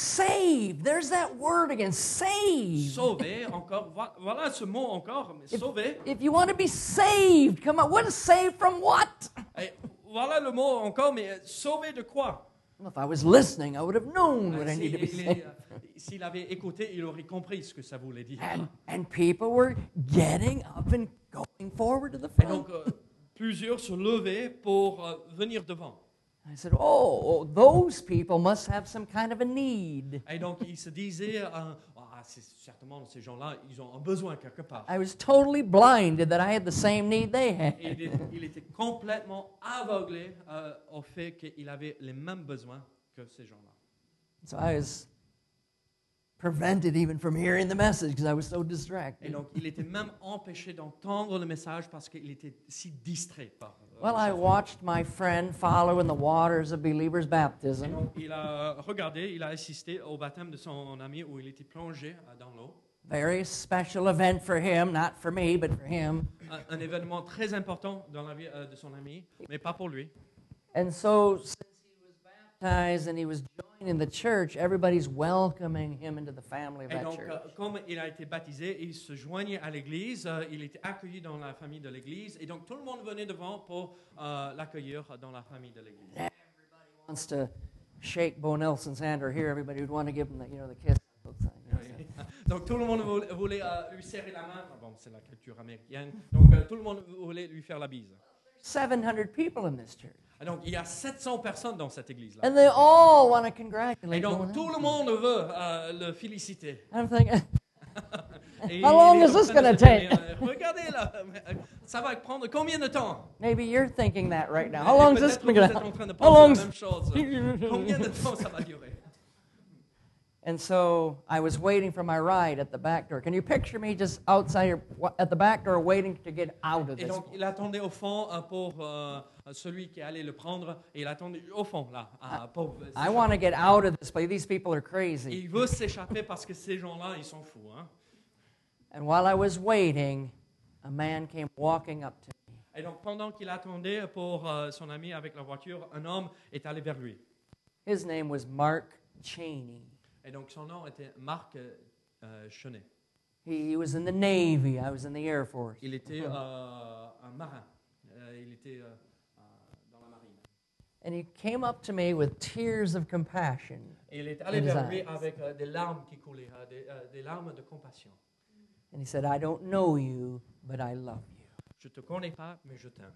S2: Saved. There's that word again. Saved.
S3: Sauvé, encore, vo- voilà ce mot encore, mais sauvé.
S2: If you want to be saved, come on. What is saved from what?
S3: Et voilà le mot encore, mais euh, sauvé de quoi Euh,
S2: Well, if I was listening, I would have known what I need to be
S3: S'il
S2: saved.
S3: euh, s'il avait écouté, il aurait compris ce que ça voulait dire.
S2: And, and people were getting up and going forward to the
S3: Et
S2: front.
S3: donc, euh, plusieurs se levaient pour euh, venir devant.
S2: I said, oh, those people must have some kind of a need.
S3: Et donc, ils se disaient, euh, Ah, c'est certainement, ces gens-là, ils ont un besoin quelque part.
S2: I was totally blinded that I had the same need they
S3: Et
S2: had.
S3: il, est- il était complètement aveuglé euh, au fait qu'il avait les mêmes besoins que ces gens-là.
S2: So I was prevented even from hearing the message because I was so
S3: Et
S2: distracted.
S3: donc, il était même empêché d'entendre le message parce qu'il était si distrait par. euh,
S2: Well, I
S3: ça.
S2: watched my friend follow in the waters of believers'
S3: Et
S2: baptism.
S3: donc, il a euh, regardé, il a assisté au baptême de son ami où il était plongé euh, dans l'eau.
S2: Very special event for him, not for me, but for him.
S3: Un, un événement très important dans la vie euh, de son ami, mais pas pour lui.
S2: And so, since he was baptized and he was joining the church, everybody's welcoming him into the family of
S3: Et
S2: that
S3: donc,
S2: church.
S3: euh, comme il a été baptisé, il se joignait à l'église, euh, il était accueilli dans la famille de l'église, et donc tout le monde venait devant pour euh, l'accueillir dans la famille de l'église.
S2: wants to shake Bo Nelson's hand or hear everybody would want to give him the, you know, the kiss. Both sides, you know, so.
S3: Donc tout le monde voulait, voulait, euh, lui serrer la main. Ah Bon, c'est la culture américaine. Donc euh, tout le monde voulait lui faire la bise.
S2: 700 people in this church.
S3: Et donc il y a 700 personnes dans cette église-là.
S2: And they all want to
S3: Et
S2: congratulate Bo
S3: donc tout le
S2: Nelson.
S3: monde veut euh, le féliciter.
S2: I'm thinking,
S3: Et
S2: How long
S3: il est
S2: is
S3: en
S2: this
S3: train de
S2: gonna
S3: se tenir,
S2: take?
S3: euh, Regardez là, euh, ça va prendre combien de temps
S2: maybe you're thinking that right now. How
S3: Et
S2: long is this
S3: peut-être vous
S2: going
S3: êtes en train de
S2: to How
S3: penser la
S2: long's...
S3: même chose. Combien de temps ça va durer
S2: And so I was waiting for my ride at the back door. Can you picture me just outside your, wa- at the back door waiting to get out of
S3: Et
S2: this?
S3: donc il attendait au fond euh, pour euh, celui qui allait le prendre et il attendait au fond là euh, pour euh,
S2: Ah, I
S3: s'échapper.
S2: want to get out of this place. These people are
S3: Et
S2: crazy.
S3: il veut s'échapper parce que ces gens-là ils sont fous. hein.
S2: And while I was waiting, a man came walking up to me.
S3: Et donc pendant qu'il attendait pour euh, son ami avec la voiture, un homme est allé vers lui.
S2: His name was Mark Cheney.
S3: Et donc son nom était Marc euh, euh, Chenet.
S2: He, he was in the Navy. I was in the Air Force.
S3: Il était
S2: Uh-huh.
S3: euh, un marin. Euh, il était euh, euh, dans la marine.
S2: And he came up to me with tears of compassion.
S3: Et il est allé
S2: Des
S3: vers lui
S2: âmes.
S3: avec euh, des larmes qui coulaient, euh, des, euh, des larmes de compassion.
S2: And he said, I don't know you, but I love you.
S3: Je te connais pas, mais je t'aime.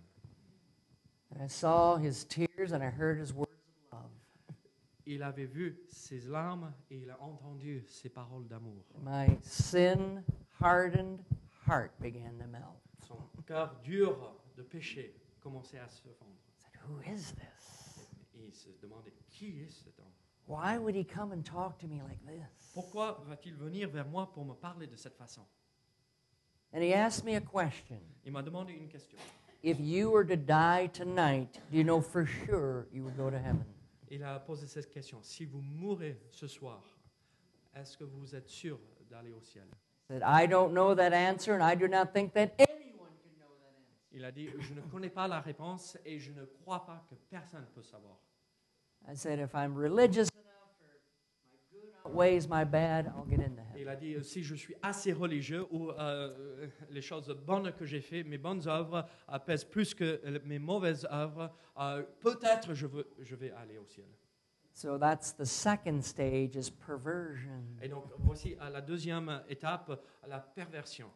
S2: And I saw his tears and I heard his words of love.
S3: Il avait vu ses larmes et il a entendu ses paroles d'amour.
S2: My sin hardened heart began to melt.
S3: Son cœur dur de péché commençait à se fendre.
S2: I said, Who is this?
S3: Et il se demandait qui est cet homme.
S2: Why would he come and talk to me like this?
S3: Pourquoi va-t-il venir vers moi pour me parler de cette façon
S2: And he asked me a question.
S3: Il m'a demandé une question.
S2: If you were to die tonight, do you know for sure you would go to heaven?
S3: Il a posé cette question. Si vous mourrez ce soir, est-ce que vous êtes sûr d'aller au ciel
S2: He said, I don't know that answer, and I do not think that anyone can know that answer.
S3: Il a dit, je ne connais pas la réponse et je ne crois pas que personne peut savoir.
S2: I said, if I'm religious enough or my good outweighs my bad, I'll get into
S3: Et
S2: heaven.
S3: Il a dit, euh, si je suis assez religieux ou euh, les choses bonnes que j'ai faites, mes bonnes œuvres euh, pèsent plus que euh, mes mauvaises œuvres, euh, peut-être je, veux- je vais aller au ciel.
S2: So that's the second stage is perversion.
S3: Et donc, voici à la deuxième étape, la perversion.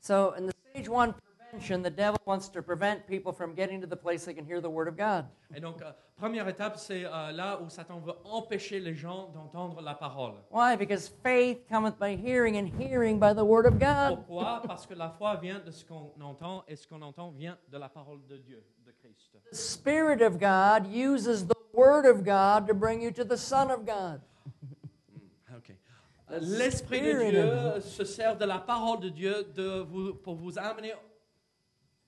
S2: So in the stage one prevention, the devil wants to prevent people from getting to the place they can hear the word of God.
S3: Et donc, euh, première étape, c'est euh, là où Satan veut empêcher les gens d'entendre la parole.
S2: Why? Because faith cometh by hearing, and hearing by the word of God.
S3: Pourquoi Parce que la foi vient de ce qu'on entend et ce qu'on entend vient de la parole de Dieu, de Christ.
S2: The Spirit of God uses the word of God to bring you to the Son of God.
S3: Ok. Euh, L'Esprit de Dieu se sert de la parole de Dieu de vous- pour vous amener.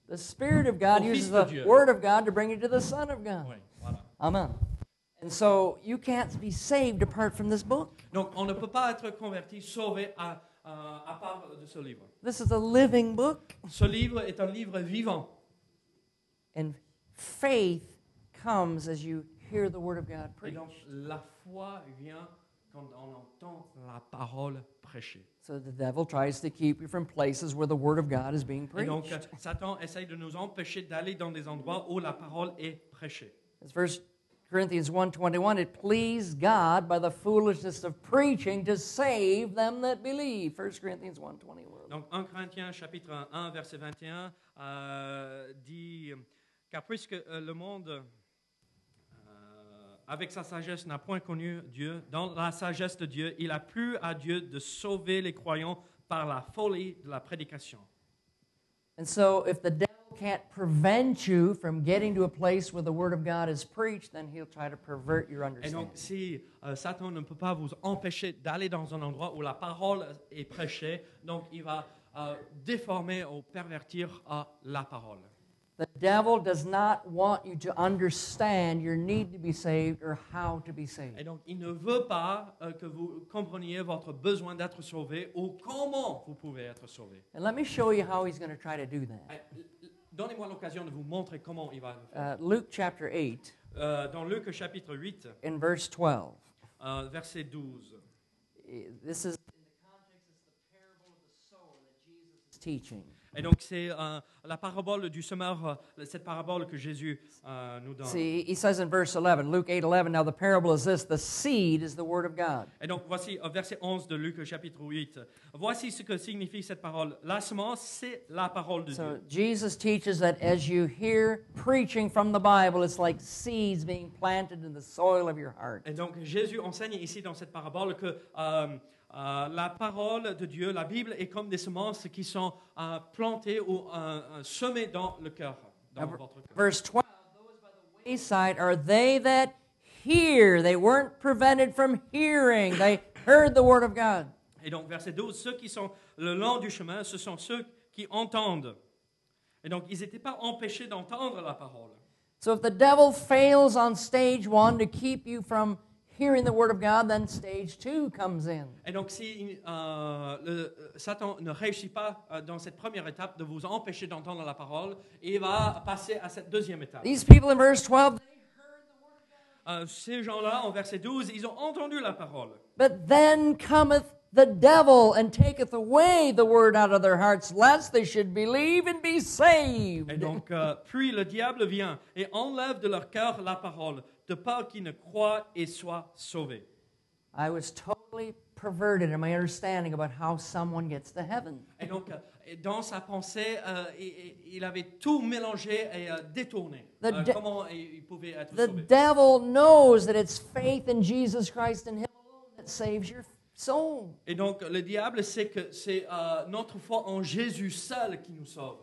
S2: The Spirit of God
S3: Au
S2: uses
S3: Fils de
S2: the
S3: Dieu.
S2: Word of God to bring you to the Son of God.
S3: Oui, voilà.
S2: Amen. And so you can't be saved apart from this book.
S3: Donc, on ne peut pas être converti, sauvé à, à- à part de ce livre.
S2: This is a living book.
S3: Ce livre est un livre vivant.
S2: And faith comes as you hear the Word of God
S3: Et
S2: preached.
S3: donc, la foi vient quand on entend la parole prêchée.
S2: So the devil tries to keep you from places where the Word of God is being
S3: Et
S2: preached.
S3: donc, euh, Satan essaye de nous empêcher d'aller dans des endroits où la parole est prêchée.
S2: As First Corinthians 1.21, it pleased God by the foolishness of preaching to save them that believe. 1 Corinthians 1.21.
S3: Donc, 1 Corinthiens chapitre 1, verset 21 euh, dit Car puisque euh, le monde, euh, avec sa sagesse, n'a point connu Dieu, dans la sagesse de Dieu, il a plu à Dieu de sauver les croyants par la folie de la prédication.
S2: And so, if the devil can't prevent you from getting to a place where the Word of God is preached, then he'll try to pervert your
S3: Et donc,
S2: understanding.
S3: si euh, Satan ne peut pas vous empêcher d'aller dans un endroit où la parole est prêchée, donc il va euh, déformer ou pervertir euh, la parole.
S2: The devil does not want you to understand your need to be saved or how to be saved.
S3: Et donc, il ne veut pas euh, que vous compreniez votre besoin d'être sauvé ou comment vous pouvez être sauvé.
S2: And let me show you how he's going to try to do
S3: Euh,
S2: that.
S3: l- l- Donnez-moi l'occasion de vous montrer comment il va le faire.
S2: Uh, Luke chapter 8
S3: Euh, dans Luc chapitre 8,
S2: in verse 12.
S3: euh, verset 12.
S2: Eh, This is in the context it's the parable of the sower that Jesus is teaching.
S3: Et donc, c'est euh, la parabole du semeur, euh, cette parabole que Jésus euh, nous donne.
S2: See, he says in verse 11, Luke 8 11, now the parable is this the seed is the Word of God.
S3: Et donc voici euh, verset 11 de Luc chapitre 8. Voici ce que signifie cette parole. La semence, c'est la parole de
S2: So
S3: Dieu.
S2: Jesus teaches that as you hear preaching from the Bible, it's like seeds being planted in the soil of your heart.
S3: Et donc Jésus enseigne ici dans cette parabole que euh, euh, la parole de Dieu, la Bible, est comme des semences qui sont euh, plantées ou euh, euh, semées dans le cœur, dans
S2: Ver-
S3: votre cœur.
S2: Verse 12 Those by the wayside are they that hear. They weren't prevented from hearing, they heard the Word of God.
S3: Et donc verset 12, ceux qui sont le long du chemin, ce sont ceux qui entendent. Et donc ils n'étaient pas empêchés d'entendre la parole.
S2: So if the devil fails on stage one to keep you from hearing the Word of God, then stage two comes in.
S3: Et donc, si euh, le- euh, Satan ne réussit pas euh, dans cette première étape de vous empêcher d'entendre la parole, il va passer à cette deuxième étape.
S2: These people in verse 12,
S3: Euh, ces gens-là, en verset 12, ils ont entendu la parole.
S2: But then cometh the devil and taketh away the word out of their hearts, lest they should believe and be saved.
S3: Et donc, euh, puis le diable vient et enlève de leur cœur la parole, de peur qu'ils ne croient et soient sauvés.
S2: I was totally perverted in my understanding about how someone gets to heaven.
S3: Et donc, euh, et dans sa pensée, euh, il- il, il avait tout mélangé et euh, détourné.
S2: The
S3: euh,
S2: de-
S3: comment il, il pouvait être
S2: The
S3: sauvé.
S2: devil knows that it's faith in Jesus Christ and Him alone that saves your soul.
S3: Et donc, le diable sait que c'est euh, notre foi en Jésus seul qui nous sauve.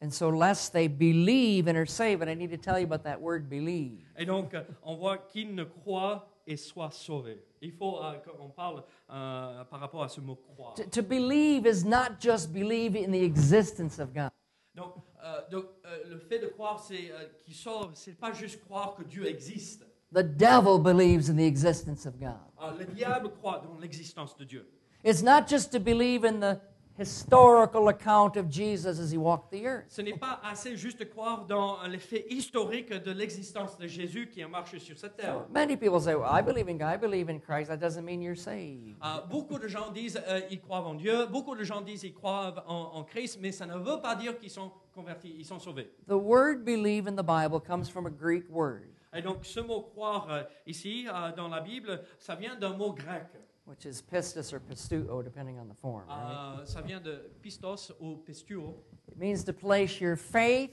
S2: And so, lest they believe and are saved, and I need to tell you about that word believe.
S3: Et donc, euh, on voit qu'il ne croit et soit sauvé. Il faut euh, qu'on parle euh, par rapport à ce mot croire.
S2: To, to believe is not just believe in the existence of God.
S3: Donc, euh, donc, euh, le fait de croire, c'est euh, qu'il sauve, c'est pas juste croire que Dieu existe.
S2: The devil believes in the existence of God.
S3: Ah, le diable croit dans l'existence de Dieu.
S2: It's not just to believe in the historical account of Jesus as he walked the earth.
S3: Ce n'est pas assez juste de croire dans l'effet historique de l'existence de Jésus qui a marché sur cette terre.
S2: Many people say, Well, I believe in God, I believe in Christ. That doesn't mean you're saved.
S3: Ah, beaucoup de gens disent euh, ils croient en Dieu, beaucoup de gens disent ils croient en, en Christ, mais ça ne veut pas dire qu'ils sont convertis, ils sont sauvés.
S2: The word believe in the Bible comes from a Greek word,
S3: Et donc ce mot croire euh, ici euh, dans la Bible, ça vient d'un mot grec.
S2: which is pistis or pistuo, depending on the form. right?
S3: Euh, ça vient de pistos ou pestuo.
S2: It means to place your faith,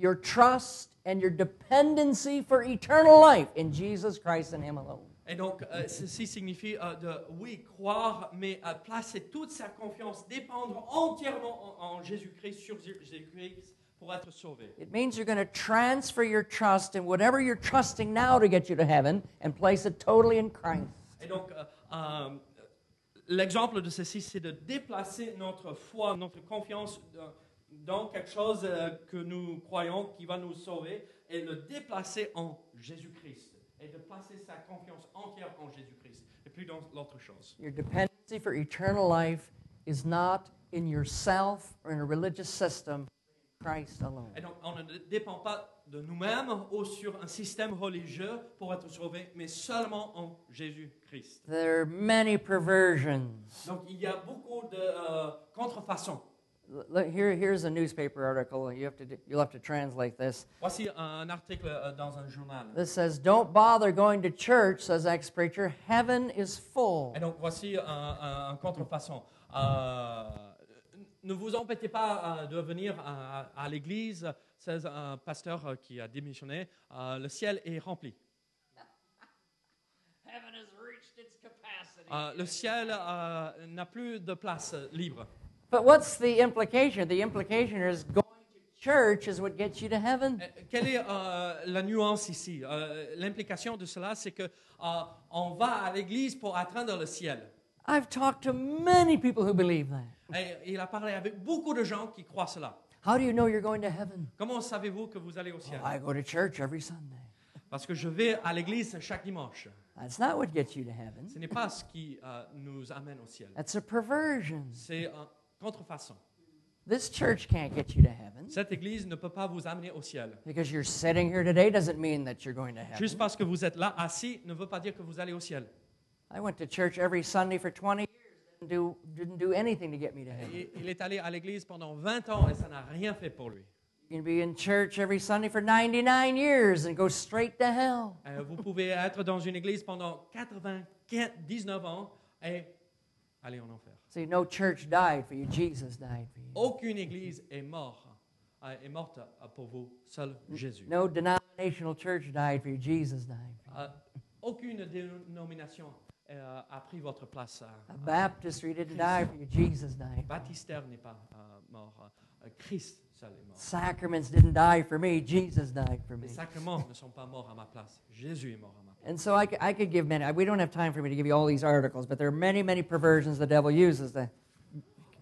S2: your trust, and your dependency for eternal life in Jesus Christ and Him alone.
S3: Et donc euh, ceci signifie euh, de oui croire, mais euh, placer toute sa confiance, dépendre entièrement en, en Jésus-Christ sur Jésus-Christ pour être sauvé.
S2: It means you're going to transfer your trust in whatever you're trusting now to get you to heaven and place it totally in Christ.
S3: Et donc, euh, euh, l'exemple de ceci, c'est de déplacer notre foi, notre confiance dans, dans quelque chose euh, que nous croyons qui va nous sauver et le déplacer en Jésus-Christ. Et de placer sa confiance entière en Jésus-Christ et plus dans l'autre chose.
S2: Your dependency for eternal life is not in yourself or in a religious system, Christ alone.
S3: Et donc, on ne dépend pas de nous-mêmes ou sur un système religieux pour être sauvé, mais seulement en Jésus-Christ.
S2: There are many perversions.
S3: Donc, il y a beaucoup de euh, contrefaçons.
S2: L- l- Here, here's a newspaper article. You have to, do- you'll have to translate this.
S3: Voici un article euh, dans un journal.
S2: This says, Don't bother going to church, says ex preacher. Heaven is full.
S3: Et donc voici un, un- un contrefaçon. Euh, ne vous embêtez pas euh, de venir à, à l'église, c'est un pasteur euh, qui a démissionné. Euh, le ciel est rempli.
S2: Heaven has reached its capacity.
S3: Euh, le ciel euh, n'a plus de place euh, libre.
S2: But what's the implication? The implication is going to church is what gets you to heaven.
S3: Euh, Quelle est euh, la nuance ici Euh, L'implication de cela, c'est que euh, on va à l'église pour atteindre le ciel.
S2: I've talked to many people who believe that.
S3: Et il a parlé avec beaucoup de gens qui croient cela.
S2: How do you know you're going to heaven?
S3: Comment savez-vous que vous allez au ciel
S2: "Well, I go to church every Sunday.
S3: Parce que je vais à l'église chaque dimanche.
S2: That's not what gets you to heaven.
S3: Ce n'est pas ce qui euh, nous amène au ciel.
S2: That's a perversion.
S3: C'est un contrefaçon.
S2: This church can't get you to heaven.
S3: Cette église ne peut pas vous amener au ciel.
S2: Because you're sitting here today doesn't mean that you're going to heaven.
S3: Juste parce que vous êtes là assis ne veut pas dire que vous allez au ciel.
S2: I went to church every Sunday for 20 years. Didn't do, didn't do anything to get me to heaven.
S3: Il, il est allé à l'église pendant 20 ans et ça n'a rien fait pour lui.
S2: You can be in church every Sunday for 99 years and go straight to hell.
S3: Euh, vous pouvez être dans une église pendant 99 ans et aller en enfer.
S2: See, no church died for you. Jesus died for you.
S3: Aucune église est morte, euh, est morte euh, pour vous, seul Jésus.
S2: No denominational church died for you. Jesus died for
S3: Euh, aucune dénomination euh, a pris votre place.
S2: you.
S3: euh,
S2: A baptistry didn't die for you. Jesus died. for you.
S3: Baptistère n'est pas euh, mort. euh, Christ seul est mort.
S2: Sacraments didn't die for me. Jesus died for
S3: Les
S2: me.
S3: sacrements ne sont pas morts à ma place. Jésus est mort à ma place.
S2: And so I, c- I could give many. We don't have time for me to give you all these articles, but there are many, many perversions the devil uses to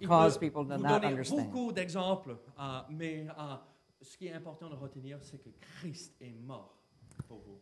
S3: Il
S2: cause
S3: peut
S2: people to
S3: vous
S2: not
S3: donner
S2: understand.
S3: beaucoup d'exemples, euh, mais euh, ce qui est important de retenir, c'est que Christ est mort pour vous.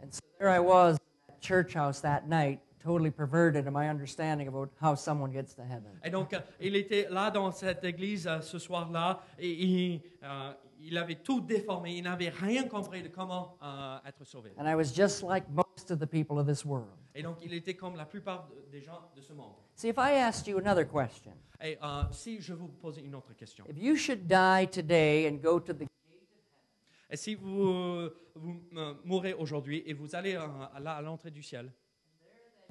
S2: And so there I was in that church house that night, totally perverted in my understanding about how someone gets to heaven.
S3: Et donc, euh, il était là dans cette église euh, ce soir-là, et il, euh, il avait tout déformé. Il n'avait rien compris de comment euh, être sauvé.
S2: And I was just like most of the people of this world.
S3: Et donc, il était comme la plupart de- des gens de ce monde.
S2: See, if I asked you another question,
S3: Et euh, si je vous pose une autre question.
S2: if you should die today and go to the
S3: Et si vous, vous euh, mourrez aujourd'hui et vous allez euh, là à l'entrée du ciel,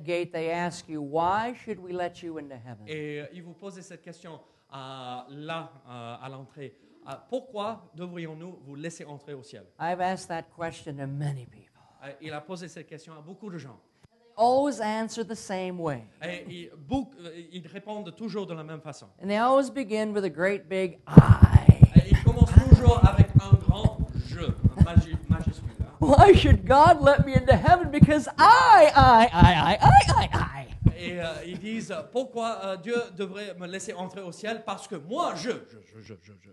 S2: gate, they ask you, why should we let you into heaven?
S3: et euh, il vous pose cette question euh, là euh, à l'entrée, euh, pourquoi devrions-nous vous laisser entrer au ciel
S2: I've asked that question to many people.
S3: Euh, Il a posé cette question à beaucoup de gens.
S2: They always answer the same way.
S3: Et ils, beaucoup- euh, ils répondent toujours de la même façon.
S2: And they always begin with a great big I.
S3: Et ils commencent toujours avec un grand jeu, un magi- majuscule. hein.
S2: Why should God let me into heaven? Because I, I, I, I, I, I, I.
S3: et euh, ils disent pourquoi euh, Dieu devrait me laisser entrer au ciel parce que moi je, je, je, je, je, je.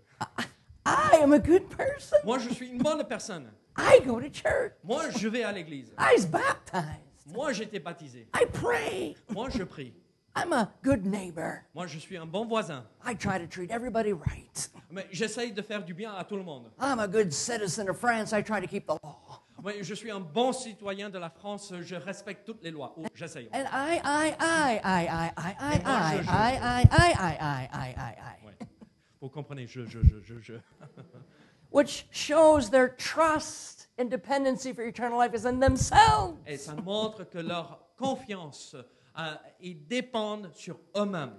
S2: I am a good person.
S3: moi je suis une bonne personne.
S2: I go to church.
S3: Moi je vais à l'église.
S2: I was baptized.
S3: Moi j'étais baptisé.
S2: I pray.
S3: Moi je prie.
S2: I'm a good neighbor.
S3: Moi je suis un bon voisin.
S2: I try to treat everybody right.
S3: Mais j'essaye de faire du bien à tout le monde.
S2: I'm a good citizen of France. I try to keep the law.
S3: Moi, je suis un bon citoyen de la France. Je respecte toutes les lois. Ou j'essaye.
S2: And I, I, I, I, I, I, I,
S3: moi,
S2: I,
S3: je- je-
S2: I, I, I, I, I, I, I, I.
S3: Ouais. Vous comprenez Je, je, je, je, je.
S2: Which shows their trust and dependency for eternal life is in themselves.
S3: Et ça montre que leur confiance, euh, ils dépendent sur eux-mêmes.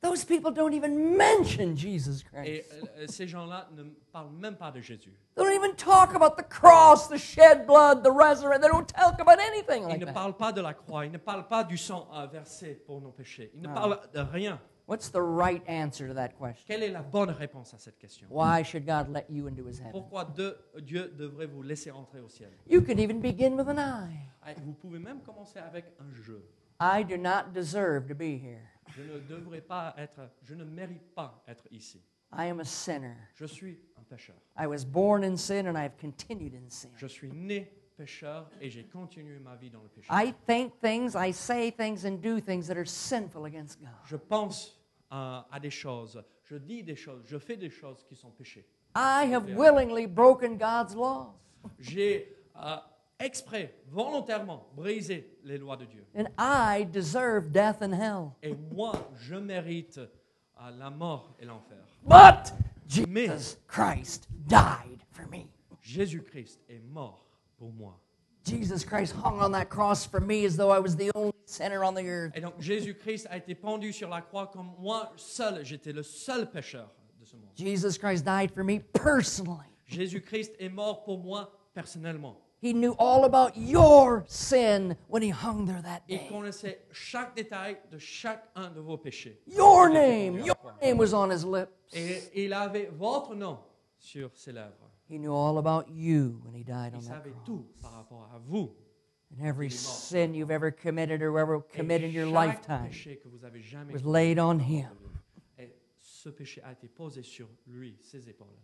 S2: Those people don't even mention Jesus
S3: Et
S2: Christ.
S3: euh, ces gens-là ne parlent même pas de Jésus.
S2: They don't even talk about the cross, the shed blood, the resurrection. They don't talk about anything
S3: Ils
S2: like
S3: ne
S2: that.
S3: parlent pas de la croix. Ils ne parlent pas du sang euh, versé pour nos péchés. Ils ne parlent de rien.
S2: What's the right answer to that question?
S3: Quelle est la bonne réponse à cette question
S2: Why should God let you into his heaven?
S3: Pourquoi de- Dieu devrait vous laisser entrer au ciel
S2: You can even begin with an I.
S3: Eh, Vous pouvez même commencer avec un jeu.
S2: I do not deserve to be here.
S3: Je ne devrais pas être, je ne mérite pas être ici.
S2: I am a sinner.
S3: Je suis un pécheur.
S2: I was born in sin and I have continued in sin.
S3: Je suis né pécheur et j'ai continué ma vie dans le péché.
S2: I think things, I say things, and do things that are sinful against God.
S3: Je pense à, à des choses, je dis des choses, je fais des choses qui sont péchées.
S2: I have willingly broken God's laws.
S3: J'ai euh, exprès, volontairement brisé les lois de Dieu.
S2: And I deserve death and hell.
S3: Et moi, je mérite euh, la mort et l'enfer.
S2: But
S3: Mais
S2: Jesus Christ died for me.
S3: Jésus-Christ est mort pour moi.
S2: Jesus Christ hung on that cross for me as though I was the only sinner on the earth.
S3: Et donc Jésus-Christ a été pendu sur la croix comme moi seul, j'étais le seul pécheur de ce monde.
S2: Jesus Christ died for me personally.
S3: Jésus-Christ est mort pour moi personnellement.
S2: He knew all about your sin when he hung there that
S3: Il
S2: day.
S3: connaissait chaque détail de chacun de vos péchés.
S2: Your name, your name was on his lips.
S3: Et il avait votre nom sur ses lèvres.
S2: He knew all about you when he died
S3: Il
S2: on that
S3: savait
S2: cross.
S3: tout par rapport à vous.
S2: And every
S3: Absolument.
S2: sin you've ever committed or ever
S3: Et
S2: committed in your
S3: chaque
S2: lifetime
S3: péché que vous avez jamais
S2: was laid on him.
S3: commis. Et ce péché a été posé sur lui, ses épaules.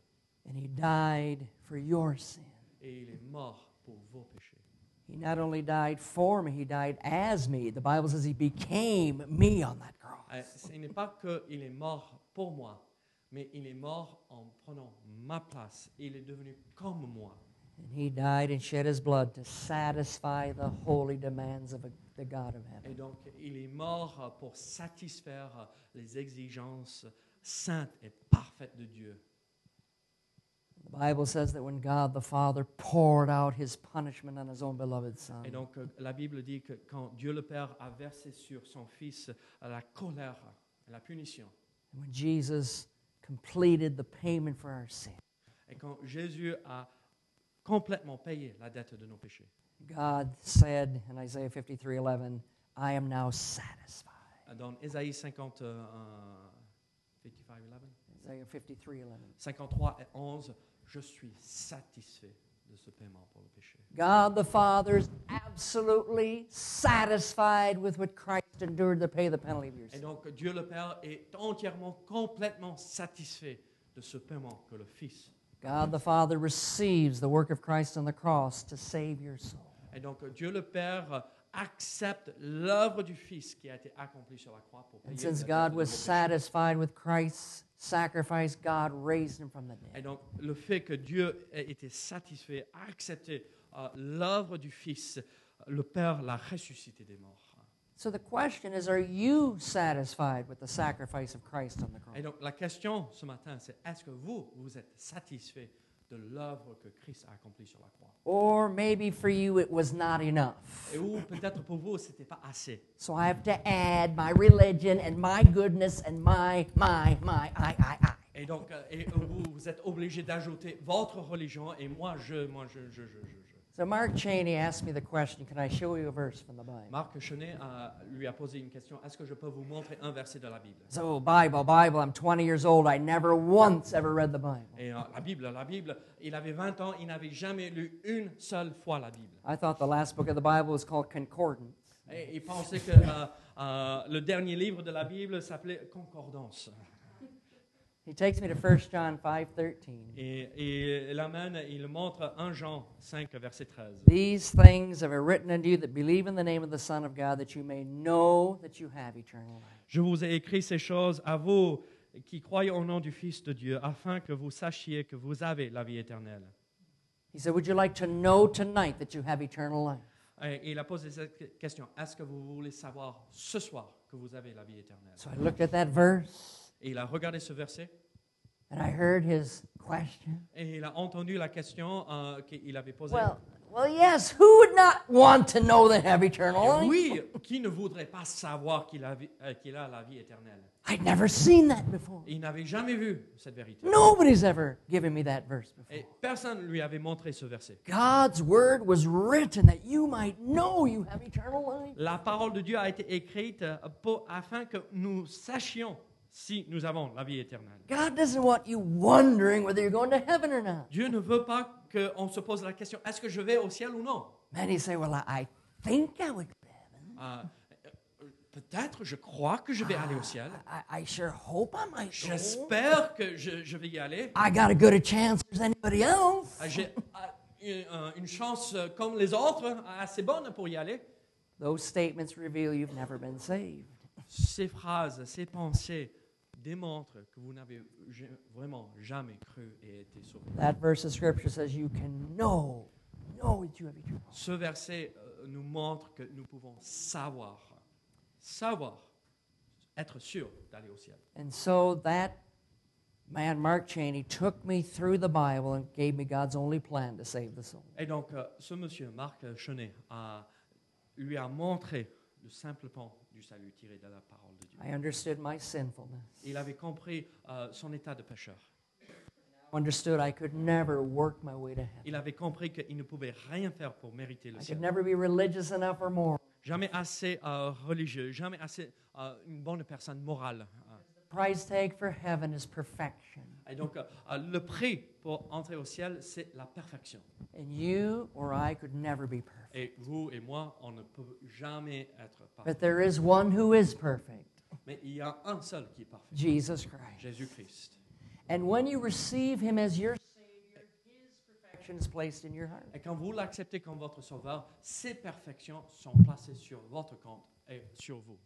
S2: And he died for your sin.
S3: Et il est mort pour vos péchés.
S2: He not only died for me, he died as me. The Bible says he became me on that cross.
S3: Euh, Ce n'est pas qu'il est mort pour moi, mais il est mort en prenant ma place. Il est devenu comme moi.
S2: And he died and shed his blood to satisfy the holy demands of a, the God of heaven.
S3: Et donc, il est mort pour satisfaire les exigences saintes et parfaites de Dieu.
S2: The Bible says that when God the Father poured out his punishment on his own beloved Son,
S3: Et donc, euh, la Bible dit que quand Dieu le Père a versé sur son Fils la colère, la punition,
S2: and when Jesus completed the payment for our sin,
S3: et quand Jésus a complètement payé la dette de nos péchés,
S2: God said in Isaiah 53:11, I am now satisfied.
S3: dans Ésaïe 50, euh, euh, 55, 11,
S2: Isaiah 53:11.
S3: 53 et 11, je suis satisfait de ce paiement pour le péché.
S2: God the Father is absolutely satisfied with what Christ endured to pay the penalty of your
S3: Et
S2: sin.
S3: donc Dieu le Père est entièrement, complètement satisfait de ce paiement que le Fils.
S2: God the Father receives the work of Christ on the cross to save your soul.
S3: Et donc Dieu le Père accepte l'œuvre du Fils qui a été accomplie sur la croix pour payer.
S2: And since
S3: la dette
S2: God
S3: de
S2: was
S3: nos péchés.
S2: satisfied with Christ's sacrifice, God raised him from the
S3: Et
S2: dead.
S3: donc le fait que Dieu ait été satisfait, a accepté euh, l'œuvre du Fils, euh, le Père l'a ressuscité des morts.
S2: So the question is, are you satisfied with the sacrifice of Christ on the cross?
S3: Et donc la question ce matin, c'est est-ce que vous, vous êtes satisfait de l'œuvre que Christ a accomplie sur la croix
S2: Or maybe for you it was not enough.
S3: Et ou peut-être pour vous, c'était pas assez.
S2: So I have to add my religion and my goodness and my, my, my, I, I, I.
S3: Et donc, euh, et vous, vous êtes obligé d'ajouter votre religion et moi, je, moi, je, je, je, je. je.
S2: So Mark Cheney asked me the question, can I show you a verse from the Bible?
S3: Marc Chenet a- lui a posé une question. Est-ce que je peux vous montrer un verset de la Bible
S2: So Bible, Bible, I'm 20 years old. I never once ever read the Bible.
S3: Et euh, la Bible, la Bible, il avait 20 ans, il n'avait jamais lu une seule fois la Bible.
S2: I thought the last book of the Bible was called Concordance.
S3: Et ils pensaient que euh, euh, le dernier livre de la Bible s'appelait Concordance.
S2: He takes me to 1 John 5:13.
S3: Et, et il l'amène, il montre 1 Jean 5, verset 13.
S2: These things have I written unto you that believe in the name of the Son of God, that you may know that you have eternal life.
S3: Je vous ai écrit ces choses à vous qui croyez au nom du Fils de Dieu, afin que vous sachiez que vous avez la vie éternelle.
S2: He said, Would you like to know tonight that you have eternal life?
S3: Et il a posé cette question, est-ce que vous voulez savoir ce soir que vous avez la vie éternelle
S2: So I looked at that verse
S3: Et il a regardé ce verset
S2: and I heard his question.
S3: et il a entendu la question euh, qu'il avait posée.
S2: Well, well, yes, who would not want to know they have eternal
S3: Et
S2: life?
S3: oui, qui ne voudrait pas savoir qu'il a, vi- euh, qu'il a la vie éternelle
S2: I'd never seen that before.
S3: Il n'avait jamais vu cette vérité.
S2: Nobody's ever given me that verse before.
S3: Et personne ne lui avait montré ce verset.
S2: God's word was written that you might know you have eternal life.
S3: La parole de Dieu a été écrite euh, pour- afin que nous sachions si nous avons la vie éternelle.
S2: God doesn't want you wondering whether you're going to heaven or not.
S3: Dieu ne veut pas qu'on se pose la question, est-ce que je vais au ciel ou non
S2: Many say, Well, I- I think I would. go to heaven.
S3: Euh, euh, Peut-être, je crois que je vais aller au ciel.
S2: I, I sure hope I might. Go.
S3: J'espère que je, je vais y aller.
S2: I got a good a chance as anybody else.
S3: Euh, J'ai euh, une, euh, une chance euh, comme les autres, euh, assez bonne pour y aller.
S2: Those statements reveal you've never been saved.
S3: Ces phrases, ces pensées démontrent que vous n'avez ja- vraiment jamais cru et été sauvé.
S2: That verse of scripture says you can know, know that you have eternal life.
S3: Ce verset euh, nous montre que nous pouvons savoir, savoir, être sûr d'aller au ciel.
S2: And so that man, Mark Cheney, took me through the Bible and gave me God's only plan to save the soul.
S3: Et donc, euh, ce monsieur, Marc Chenet, a- lui a montré le simple pan du salut tiré de la parole de Dieu.
S2: I understood my sinfulness.
S3: Il avait compris euh, son état de pécheur.
S2: I understood I could never work my way to heaven.
S3: Il avait compris qu'il ne pouvait rien faire pour mériter le
S2: I could
S3: ciel.
S2: never be religious enough or moral.
S3: Jamais assez euh, religieux, jamais assez euh, une bonne personne morale. hein.
S2: The price tag for heaven is perfection.
S3: Et donc, euh, euh, le prix pour entrer au ciel, c'est la perfection.
S2: And you or I could never be perfect.
S3: Et vous et moi, on ne peut jamais être parfait.
S2: But there is one who is perfect
S3: Mais il y a un seul qui est parfait,
S2: Jesus Christ.
S3: Jésus-Christ.
S2: And when you receive him as your Savior, his perfection is placed in your heart.
S3: Et quand vous l'acceptez comme votre sauveur, ses perfections sont placées sur votre compte et sur vous.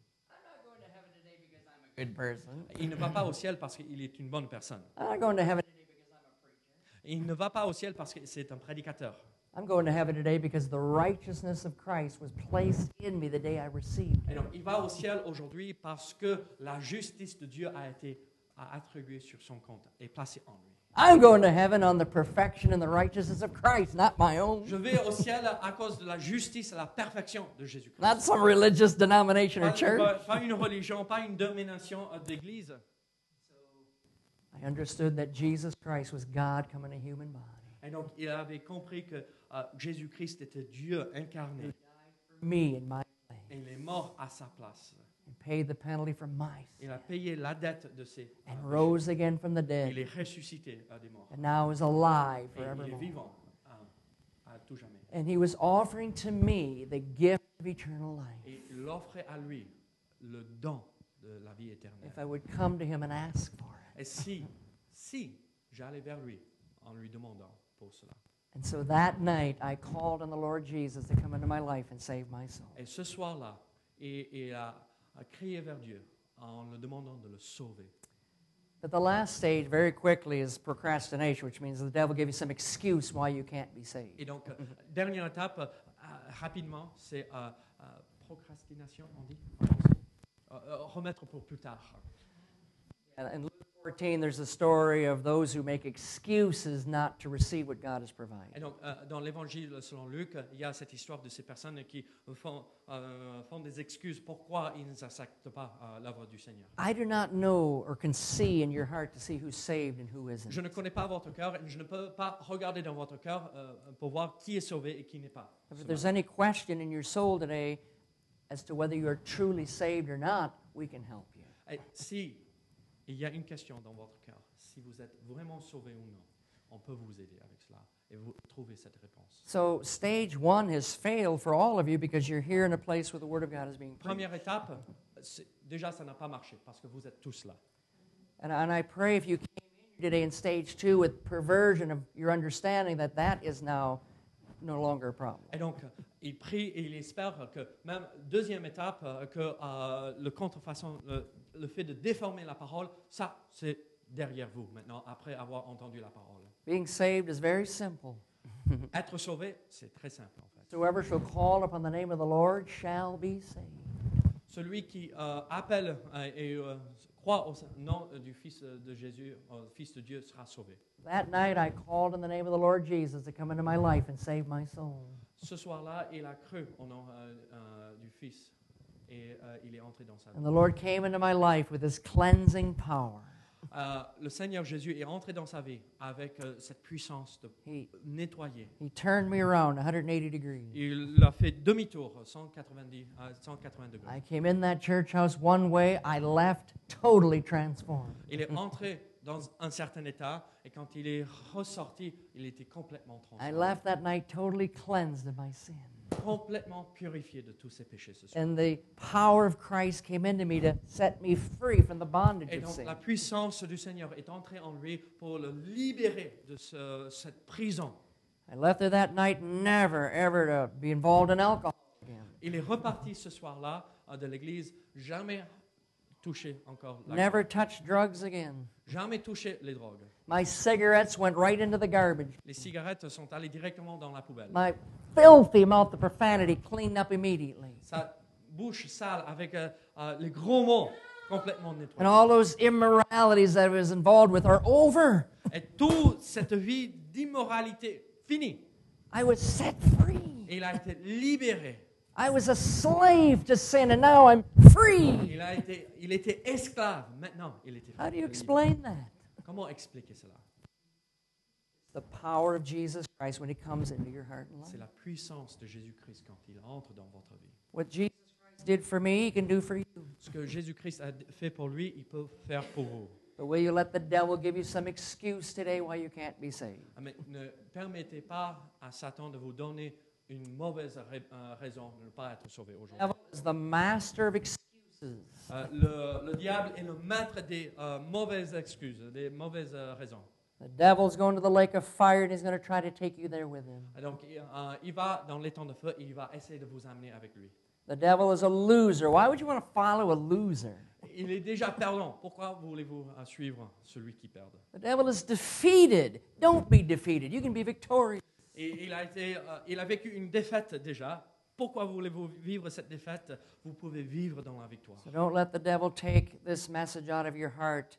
S2: Good person.
S3: Il ne va pas au ciel parce qu'il est une bonne personne.
S2: I'm not going to heaven today because I'm a preacher.
S3: Il ne va pas au ciel parce que c'est un prédicateur.
S2: I'm going to heaven today because the righteousness of Christ was placed in me the day I received.
S3: Et donc, il va au ciel aujourd'hui parce que la justice de Dieu a été a attribuée sur son compte et placée en lui.
S2: I'm going to heaven on the perfection and the righteousness of Christ, not my own.
S3: Je vais au ciel à cause de la justice et la perfection de Jésus-Christ.
S2: Not some religious denomination or
S3: Pas,
S2: church.
S3: pas- pas une religion, pas une domination euh, d'église.
S2: I understood that Jesus Christ was God come in a human body.
S3: Et donc, il avait compris que euh, Jésus-Christ était Dieu incarné.
S2: Me and my
S3: Et il est mort à sa place.
S2: and paid the penalty for my sin
S3: Il a payé la dette de ses. euh,
S2: and rose again from the
S3: Il
S2: dead
S3: est ressuscité euh, des morts.
S2: and now is alive
S3: Et il est
S2: forevermore.
S3: vivant euh, à tout jamais.
S2: And he was offering to me the gift of eternal life
S3: Et il offrait à lui le don de la vie éternelle.
S2: if I would come to him and ask for it.
S3: Et si, si j'allais vers lui en lui demandant pour cela.
S2: And so that night I called on the Lord Jesus to come into my life and save my soul.
S3: Et ce soir-là, et- il a, a crié vers Dieu en le demandant de le sauver.
S2: But the last stage, very quickly, is procrastination, which means the devil gave you some excuse why you can't be saved.
S3: Et donc, euh, dernière étape, euh, euh, rapidement, c'est euh, euh, procrastination, on dit en français? Euh, euh, Remettre pour plus tard.
S2: And in Luke 14, there's a story of those who make excuses not to receive what God has
S3: Et
S2: provided.
S3: donc, euh, dans l'évangile selon Luc, il y a cette histoire de ces personnes qui font, euh, font des excuses pourquoi ils n'acceptent pas euh, l'œuvre du Seigneur.
S2: I do not know or can see in your heart to see who's saved and who isn't.
S3: Je ne connais pas votre cœur, et je ne peux pas regarder dans votre cœur euh, pour voir qui est sauvé et qui n'est pas.
S2: If there's any question in your soul today as to whether you are truly saved or not, we can help you.
S3: Et si il y a une question dans votre cœur, si vous êtes vraiment sauvé ou non, on peut vous aider avec cela et vous trouvez cette réponse.
S2: So, stage one has failed for all of you because you're here in a place where the Word of God is being preached.
S3: Première étape, c'est- déjà ça n'a pas marché parce que vous êtes tous là.
S2: And, and I pray if you came in today in stage two with perversion of your understanding that that is now no longer a problem.
S3: Et donc, il prie et il espère que même deuxième étape, euh, que euh, le contrefaçon, le, le fait de déformer la parole, ça c'est derrière vous maintenant après avoir entendu la parole.
S2: Being saved is very simple.
S3: Être sauvé, c'est très simple en fait.
S2: Whoever shall call upon the name of the Lord shall be saved.
S3: Celui qui euh, appelle euh, et euh, croit au nom du Fils de Jésus, euh, Fils de Dieu, sera sauvé.
S2: That night I called in the name of the Lord Jesus to come into my life and save my soul.
S3: Ce soir-là, il a cru au nom euh, euh, du Fils et euh, il est entré dans sa vie.
S2: And the Lord came into my life with his cleansing power.
S3: Euh, le Seigneur Jésus est rentré dans sa vie avec euh, cette puissance de
S2: He,
S3: nettoyer.
S2: he turned me around 180 degrees.
S3: Il a fait demi-tour, 190, à 180
S2: I
S3: degrés.
S2: came in that church house one way, I left totally transformed.
S3: Il est entré dans un certain état et quand il est ressorti, il était complètement
S2: I
S3: transformé,
S2: left that night totally cleansed of my sin.
S3: complètement purifié de tous ses péchés ce soir.
S2: And the power of Christ came into me to set me free from the bondage
S3: Et
S2: of
S3: donc
S2: sin.
S3: la puissance du Seigneur est entrée en lui pour le libérer de ce- cette prison.
S2: I left there that night never ever to be involved in alcohol again.
S3: Il est reparti ce soir-là euh, de l'église, jamais touché encore la
S2: Never touched drugs again.
S3: jamais touché les drogues.
S2: My cigarettes went right into the garbage.
S3: Les cigarettes sont allées directement dans la poubelle.
S2: My filthy mouth of profanity cleaned up immediately.
S3: Sa bouche sale avec euh, euh, les gros mots complètement
S2: And
S3: nettoyés.
S2: all those immoralities that I was involved with are over.
S3: Et toute cette vie d'immoralité finie.
S2: I was set free.
S3: Et il a été libéré.
S2: I was a slave to sin, and now I'm free.
S3: Il, a été, il était esclave. Maintenant, il était
S2: How do you
S3: libre.
S2: explain that?
S3: Comment expliquer cela
S2: The power of Jesus Christ when He comes into your heart and life.
S3: C'est la puissance de Jésus-Christ quand il entre dans votre vie.
S2: What Jesus Christ did for me, He can do for you.
S3: Ce que Jésus-Christ a fait pour lui, il peut faire pour vous.
S2: But will you let the devil give you some excuse today why you can't be saved?
S3: Ah, Mais ne permettez pas à Satan de vous donner une mauvaise ra- euh, raison de ne pas être sauvé
S2: The
S3: aujourd'hui.
S2: devil is the master of excuses.
S3: Euh, le, le diable est le maître des euh, mauvaises excuses, des mauvaises euh, raisons.
S2: The devil's going to the lake of fire, and he's going to try to take you there with him.
S3: Et donc, il, euh, il va dans les temps de feu et il va essayer de vous amener avec lui.
S2: The devil is a loser. Why would you want to follow a loser?
S3: Il est déjà perdant. Pourquoi voulez-vous euh, suivre celui qui perd
S2: The devil is defeated. Don't be defeated. You can be victorious.
S3: Et il a, été, euh, il a vécu une défaite déjà. Pourquoi voulez-vous vivre cette défaite Vous pouvez vivre dans la victoire.
S2: So don't let the devil take this message out of your heart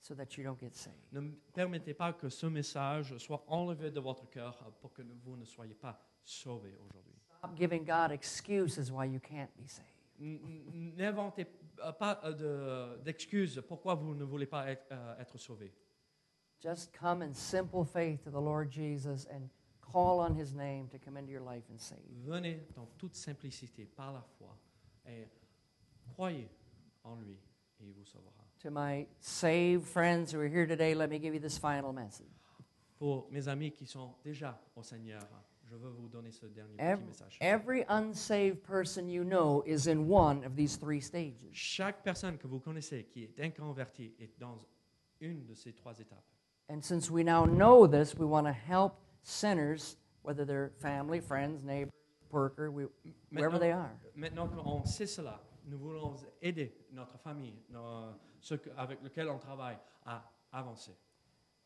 S2: so that you don't get saved.
S3: Ne m- permettez pas que ce message soit enlevé de votre cœur euh, pour que ne- vous ne soyez pas sauvés aujourd'hui.
S2: Stop giving God excuses why you can't be saved.
S3: N- n- N'inventez euh, pas euh, de- d'excuses pourquoi vous ne voulez pas être, euh, être sauvés.
S2: Just come in simple faith to the Lord Jesus and call on his name to come into your life and save you.
S3: Venez dans toute simplicité, par la foi, et croyez en lui et il vous sauvera.
S2: To my saved friends who are here today, let me give you this final message.
S3: Pour mes amis qui sont déjà au Seigneur, je veux vous donner ce dernier petit
S2: Every,
S3: message.
S2: every unsaved person you know is in one of these three stages.
S3: Chaque personne que vous connaissez qui est inconvertie est dans une de ces trois étapes.
S2: And since we now know this, we want to help sinners, whether they're family, friends, neighbor, worker, we, wherever
S3: Maintenant-
S2: they are.
S3: Maintenant qu'on sait cela, nous voulons aider notre famille, nos- ceux que- avec lesquels on travaille, à avancer.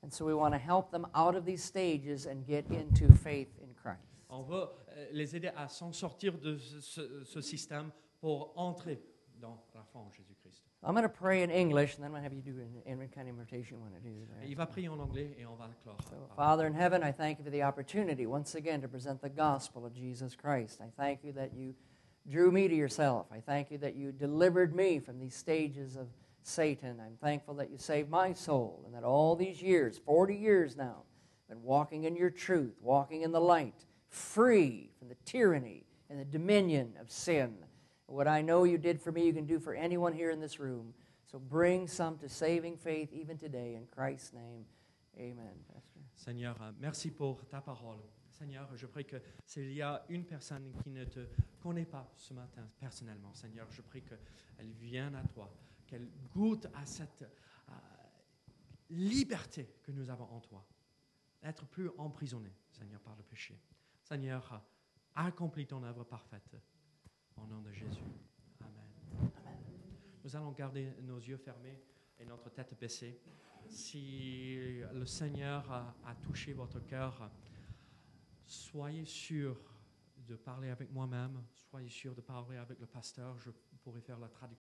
S2: And so we want to help them out of these stages and get into faith in Christ.
S3: On veut euh, les aider à s'en sortir de ce, ce- ce système pour entrer dans la foi en Jésus-Christ.
S2: I'm going to pray in English, and then I'm going to have you do an Inman kind of invitation when it is
S3: Et
S2: there.
S3: Il va prier en anglais et on va le clore.
S2: So,
S3: par-
S2: Father in heaven, I thank you for the opportunity once again to present the gospel of Jesus Christ. I thank you that you drew me to yourself. I thank you that you delivered me from these stages of Satan. I'm thankful that you saved my soul and that all these years, 40 years now, I've been walking in your truth, walking in the light, free from the tyranny and the dominion of sin. What I know you did for me, you can do for anyone here in this room. So bring some to saving faith even today in Christ's name. Amen, Pastor.
S3: Seigneur, euh, merci pour ta parole. Seigneur, je prie que s'il y a une personne qui ne te connaît pas ce matin personnellement, Seigneur, je prie qu'elle vienne à toi, qu'elle goûte à cette euh, liberté que nous avons en toi, d'être plus emprisonné, Seigneur, par le péché. Seigneur, euh, accomplis ton œuvre parfaite. Au nom de Jésus. Amen. Nous allons garder nos yeux fermés et notre tête baissée si le Seigneur a, a touché votre cœur, soyez sûr de parler avec moi-même, soyez sûr de parler avec le pasteur, je pourrai faire la traduction.